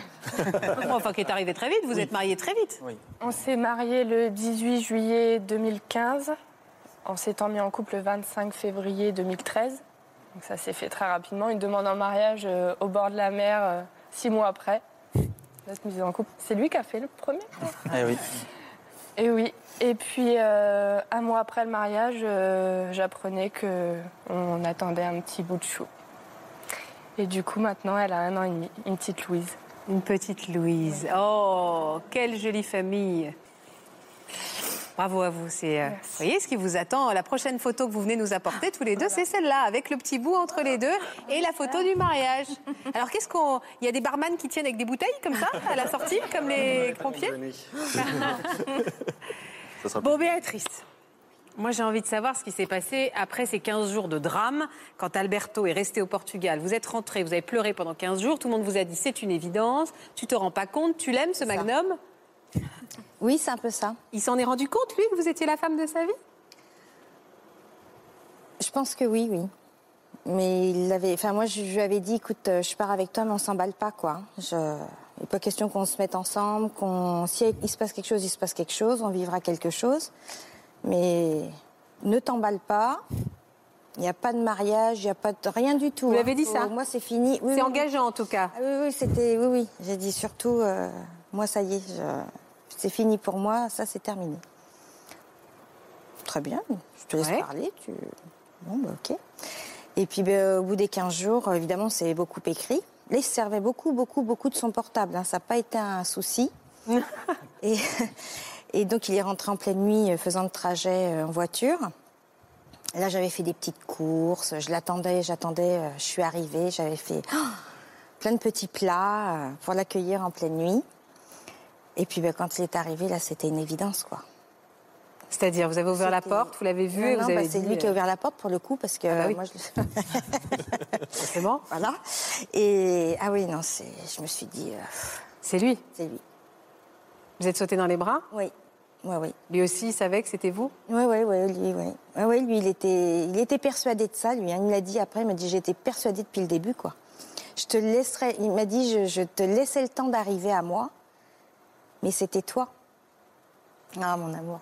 A: Enfin, qui est arrivé très vite. Vous êtes mariés très vite.
L: on s'est mariés le 18 juillet 2015. On s'est mis en couple le 25 février 2013. Donc ça s'est fait très rapidement. Une demande en mariage euh, au bord de la mer euh, six mois après. Notre mise en couple. C'est lui qui a fait le premier.
E: Eh oui.
L: Et oui. Et puis euh, un mois après le mariage, euh, j'apprenais que on attendait un petit bout de chou. Et du coup, maintenant, elle a un an et demi, une petite Louise.
A: Une petite Louise. Oh, quelle jolie famille. Bravo à vous. C'est, euh, vous voyez ce qui vous attend. La prochaine photo que vous venez nous apporter tous les deux, c'est celle-là, avec le petit bout entre les deux et la photo du mariage. Alors, qu'est-ce qu'on. Il y a des barman qui tiennent avec des bouteilles comme ça, à la sortie, comme les pompiers
D: Ça sera
A: Bon, Béatrice, moi j'ai envie de savoir ce qui s'est passé après ces 15 jours de drame quand Alberto est resté au Portugal. Vous êtes rentré, vous avez pleuré pendant 15 jours, tout le monde vous a dit c'est une évidence, tu te rends pas compte, tu l'aimes ce magnum
B: Oui, c'est un peu ça.
A: Il s'en est rendu compte, lui, que vous étiez la femme de sa vie
B: Je pense que oui, oui. Mais il avait, enfin moi je lui avais dit, écoute, euh, je pars avec toi, mais on s'emballe pas quoi. Je... Il n'est pas question qu'on se mette ensemble, qu'on si il se passe quelque chose, il se passe quelque chose, on vivra quelque chose. Mais ne t'emballe pas. Il n'y a pas de mariage, il n'y a pas de rien du tout.
A: Vous
B: hein.
A: l'avez dit
B: Faut-
A: ça
B: Moi c'est fini. Oui,
A: C'est
B: oui, oui.
A: engageant en tout cas.
B: Ah oui, oui, c'était. Oui, oui. J'ai dit surtout, euh, moi, ça y est, je- c'est fini pour moi, ça, c'est terminé. Très bien, je te laisse
A: Ouais.
B: parler. Tu... Bon, bah, ok. Et puis, ben, au bout des 15 jours, euh, évidemment, c'est beaucoup écrit. Là, il se servait beaucoup, beaucoup, beaucoup de son portable. hein, Ça n'a pas été un souci. et, et donc, il est rentré en pleine nuit, euh, faisant le trajet euh, en voiture. Là, j'avais fait des petites courses. Je l'attendais, j'attendais. euh, Je suis arrivée, j'avais fait plein de petits plats euh, pour l'accueillir en pleine nuit. Et puis ben, quand il est arrivé, là, c'était une évidence, quoi.
A: C'est-à-dire, vous avez ouvert la
B: C'était-
A: porte, vous l'avez vu,
B: Non,
A: et
B: non,
A: vous
B: bah,
A: avez
B: c'est
A: dit,
B: lui qui a
A: euh,
B: ouvert la porte pour le coup, parce que
A: bah oui.
B: euh, moi, je le...
A: c'est bon,
B: voilà. Et ah oui, non, c'est... je me suis dit, euh, pff,
A: c'est lui.
B: c'est lui.
A: Vous êtes sauté dans les bras.
B: Oui, oui, oui.
A: Lui aussi, il savait que c'était vous.
B: Oui, oui, oui, lui, oui. Ouais, ouais, lui, il était, il était persuadé de ça, lui. hein. Il me l'a dit après, il m'a dit, j'étais persuadée depuis le début, quoi. Je te laisserai, il m'a dit, je, je te laissais le temps d'arriver à moi, mais c'était toi. Ah, mon amour.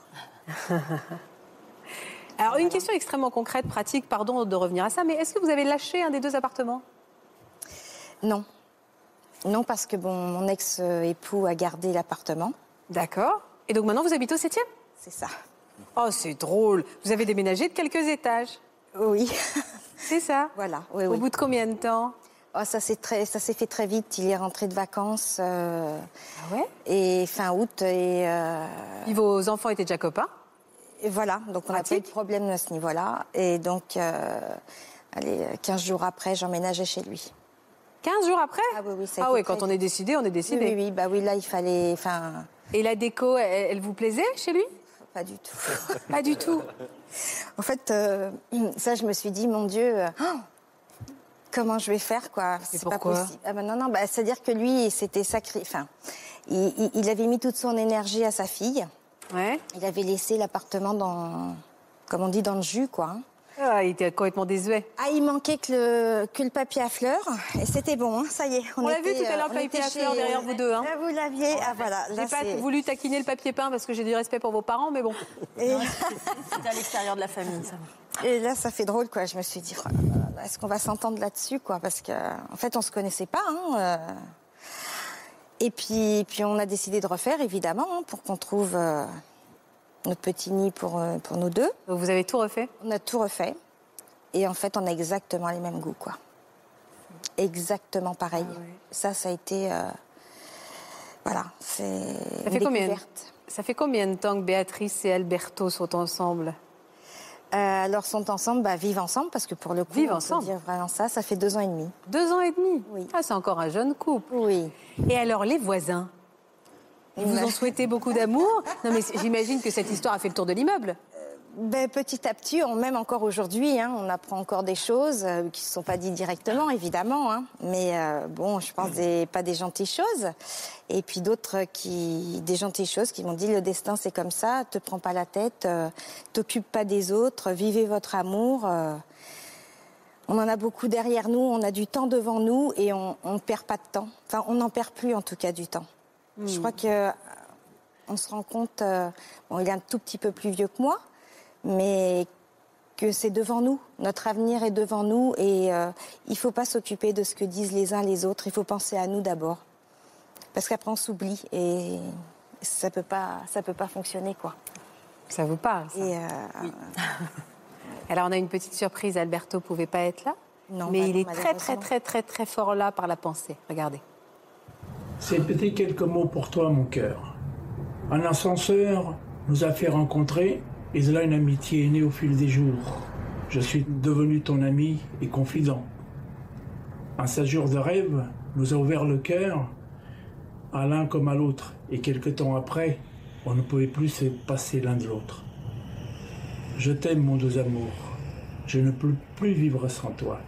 A: Alors, une question extrêmement concrète, pratique, pardon de revenir à ça, mais est-ce que vous avez lâché un des deux appartements
B: Non. Non, parce que bon, mon ex-époux a gardé l'appartement.
A: D'accord. Et donc maintenant, vous habitez au septième
B: C'est ça.
A: Oh, c'est drôle. Vous avez déménagé de quelques étages.
B: Oui.
A: C'est ça
B: voilà. Oui,
A: Au
B: oui.
A: bout de combien de temps
B: Oh, ça s'est très, ça s'est fait très vite. Il est rentré de vacances. euh, Et fin août et.
A: Ah
B: euh,
A: Et Vos enfants étaient déjà copains
B: Et voilà, donc on n'a pas eu de problème à ce niveau-là. Et donc, euh, allez, 15 jours après, j'emménageais chez lui.
A: 15 jours après
B: Ah oui, oui, ça a
A: Ah
B: été
A: oui,
B: très
A: quand on est
B: vite.
A: décidé, on est décidé.
B: Oui, oui, oui, bah oui, là, il fallait. Enfin,
A: Et la déco, elle, elle vous plaisait chez lui
B: Pas du tout.
A: Pas du tout.
B: En fait, euh, ça, je me suis dit, mon Dieu, euh, oh, comment je vais faire, quoi C'est pas
A: pourquoi
B: possible. Ah ben non, non, bah, c'est-à-dire que lui, c'était sacré. Enfin, il, il- il avait mis toute son énergie à sa fille. Il avait laissé l'appartement dans, comme on dit, dans le jus, quoi.
A: Ah, il était complètement désuet.
B: Ah, il manquait que le, que le papier à fleurs. Et c'était bon, hein, ça y est.
A: On l'a vu
B: était,
A: tout à
B: euh,
A: l'heure,
B: on
A: le papier
B: était
A: à
B: chez- euh,
A: fleurs derrière vous deux. hein.
B: Là, vous l'aviez. Ah, voilà.
A: J'ai
B: là,
A: pas
B: c'est-
A: voulu taquiner le papier peint parce que j'ai du respect pour vos parents, mais bon.
D: C'était à l'extérieur de la famille, ça.
B: Et là, ça fait drôle, quoi. Je me suis dit, oh là là là, est-ce qu'on va s'entendre là-dessus, quoi Parce que, en fait, on se connaissait pas. hein, euh. Et puis, puis, on a décidé de refaire, évidemment, hein, pour qu'on trouve euh, notre petit nid pour, euh, pour nous deux.
A: vous avez tout refait
B: On a tout refait. Et en fait, on a exactement les mêmes goûts, quoi. Exactement
A: Ah
B: pareil. Ça, ça a été. euh, Voilà, c'est.
A: Ça fait, combien, ça fait combien de temps que Béatrice et Alberto sont ensemble
B: Euh, alors, sont ensemble, bah, vivent ensemble, parce que pour le coup,
A: Vivent
B: on
A: ensemble.
B: peut dire vraiment ça, ça fait deux ans et demi.
A: Deux ans et demi Ah, c'est encore un jeune couple.
B: Oui. Bah.
A: Et alors, les voisins Ils vous ont souhaité beaucoup d'amour Non, mais c'est- j'imagine que cette histoire a fait le tour de l'immeuble.
B: Ben, petit à petit, on, même encore aujourd'hui, hein, on apprend encore des choses euh, qui ne se sont pas dites directement, évidemment. hein. mais euh, bon, je pense des, pas des gentilles choses. Et puis d'autres qui, des gentilles choses qui m'ont dit le destin c'est comme ça, te prends pas la tête, euh, t'occupe pas des autres, vivez votre amour. euh. on en a beaucoup derrière nous, on a du temps devant nous et on on ne perd pas de temps. Enfin, on n'en perd plus en tout cas du temps. Je crois que euh, on se rend compte, euh, bon, il est un tout petit peu plus vieux que moi, mais que c'est devant nous. Notre avenir est devant nous et euh, il ne faut pas s'occuper de ce que disent les uns les autres. Il faut penser à nous d'abord, parce qu'après on s'oublie et ça peut pas, ça peut pas fonctionner quoi.
A: Ça vous parle ça
B: Et, euh,
A: Alors, on a une petite surprise. Alberto pouvait pas être là.
B: Non,
A: mais
B: bah
A: il
B: non,
A: est très, très,
B: malheureusement.
A: très, très, très fort là par la pensée. Regardez.
N: C'est peut-être quelques mots pour toi, mon cœur. Un ascenseur nous a fait rencontrer et de là une amitié est née au fil des jours. Je suis devenu ton ami et confident. Un séjour de rêve nous a ouvert le cœur à l'un comme à l'autre et quelque temps après, on ne pouvait plus se passer l'un de l'autre. Je t'aime, mon doux amour. Je ne peux plus vivre sans toi.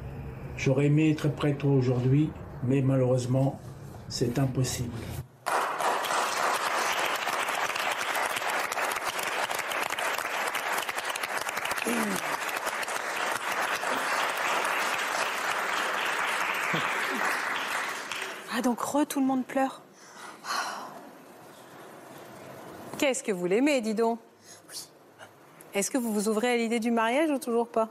N: J'aurais aimé être près de toi aujourd'hui, mais malheureusement, c'est impossible.
A: Ah, donc, re, tout le monde pleure. Qu'est-ce que vous l'aimez, dis donc Est-ce que vous vous ouvrez à l'idée du mariage ou toujours pas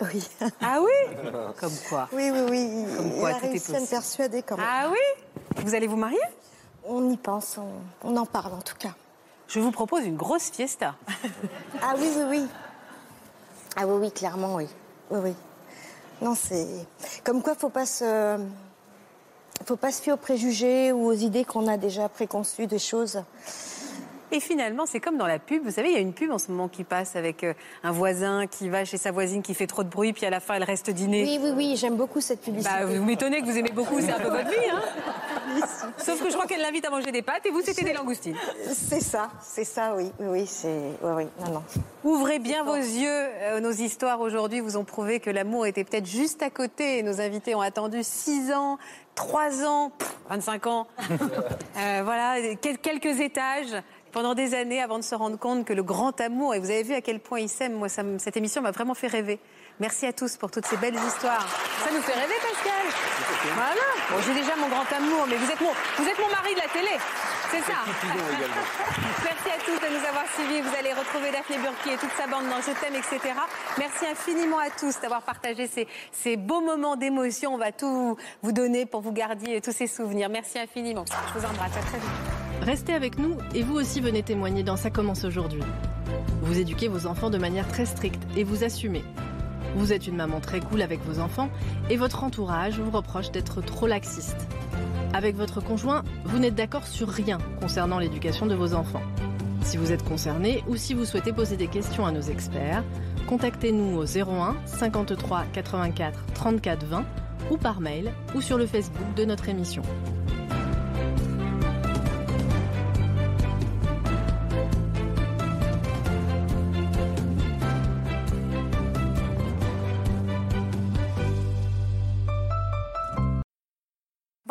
B: Oui.
A: Ah oui Comme quoi.
B: Oui, oui, oui.
A: Comme
B: il
A: quoi,
B: a
A: tout est
B: réussi à me
A: possible.
B: persuader quand même.
A: Ah oui Vous allez vous marier
B: On y pense, on, on en parle en tout cas.
A: Je vous propose une grosse fiesta.
B: Ah oui, oui, oui. Ah oui, oui, clairement, oui. Oui, oui. Non, c'est. Comme quoi, faut pas se. Faut pas se fier aux préjugés ou aux idées qu'on a déjà préconçues des choses.
A: Et finalement, c'est comme dans la pub. Vous savez, il y a une pub en ce moment qui passe avec euh, un voisin qui va chez sa voisine qui fait trop de bruit, puis à la fin, elle reste dîner.
B: Oui, oui, oui, j'aime beaucoup cette publicité.
A: Bah, vous m'étonnez que vous aimez beaucoup, c'est un peu votre vie. Hein Sauf que je crois qu'elle l'invite à manger des pâtes et vous, c'était des langoustines.
B: C'est ça, c'est ça, oui. Oui, oui, c'est. Oui, oui, non, non.
A: Ouvrez bien vos yeux. Euh, Nos histoires aujourd'hui vous ont prouvé que l'amour était peut-être juste à côté. Nos invités ont attendu 6 ans, 3 ans, pff, 25 ans. Euh, voilà, quel- quelques étages pendant des années avant de se rendre compte que le grand amour, et vous avez vu à quel point ils s'aiment, moi, ça me- cette émission m'a vraiment fait rêver. Merci à tous pour toutes ces belles histoires. Ça nous fait rêver, Pascal. Voilà. Bon, j'ai déjà mon grand amour, mais vous êtes mon, vous êtes mon mari de la télé. C'est ça. Merci à tous de nous avoir suivis. Vous allez retrouver Daphné Burki et toute sa bande dans Je t'aime, etc. Merci infiniment à tous d'avoir partagé ces, ces beaux moments d'émotion. On va tout vous donner pour vous garder tous ces souvenirs. Merci infiniment. Je vous embrasse. À très vite.
O: Restez avec nous et vous aussi venez témoigner dans Ça commence aujourd'hui. Vous éduquez vos enfants de manière très stricte et vous assumez. Vous êtes une maman très cool avec vos enfants et votre entourage vous reproche d'être trop laxiste. Avec votre conjoint, vous n'êtes d'accord sur rien concernant l'éducation de vos enfants. Si vous êtes concerné ou si vous souhaitez poser des questions à nos experts, contactez-nous au 01 53 84 34 20 ou par mail ou sur le Facebook de notre émission.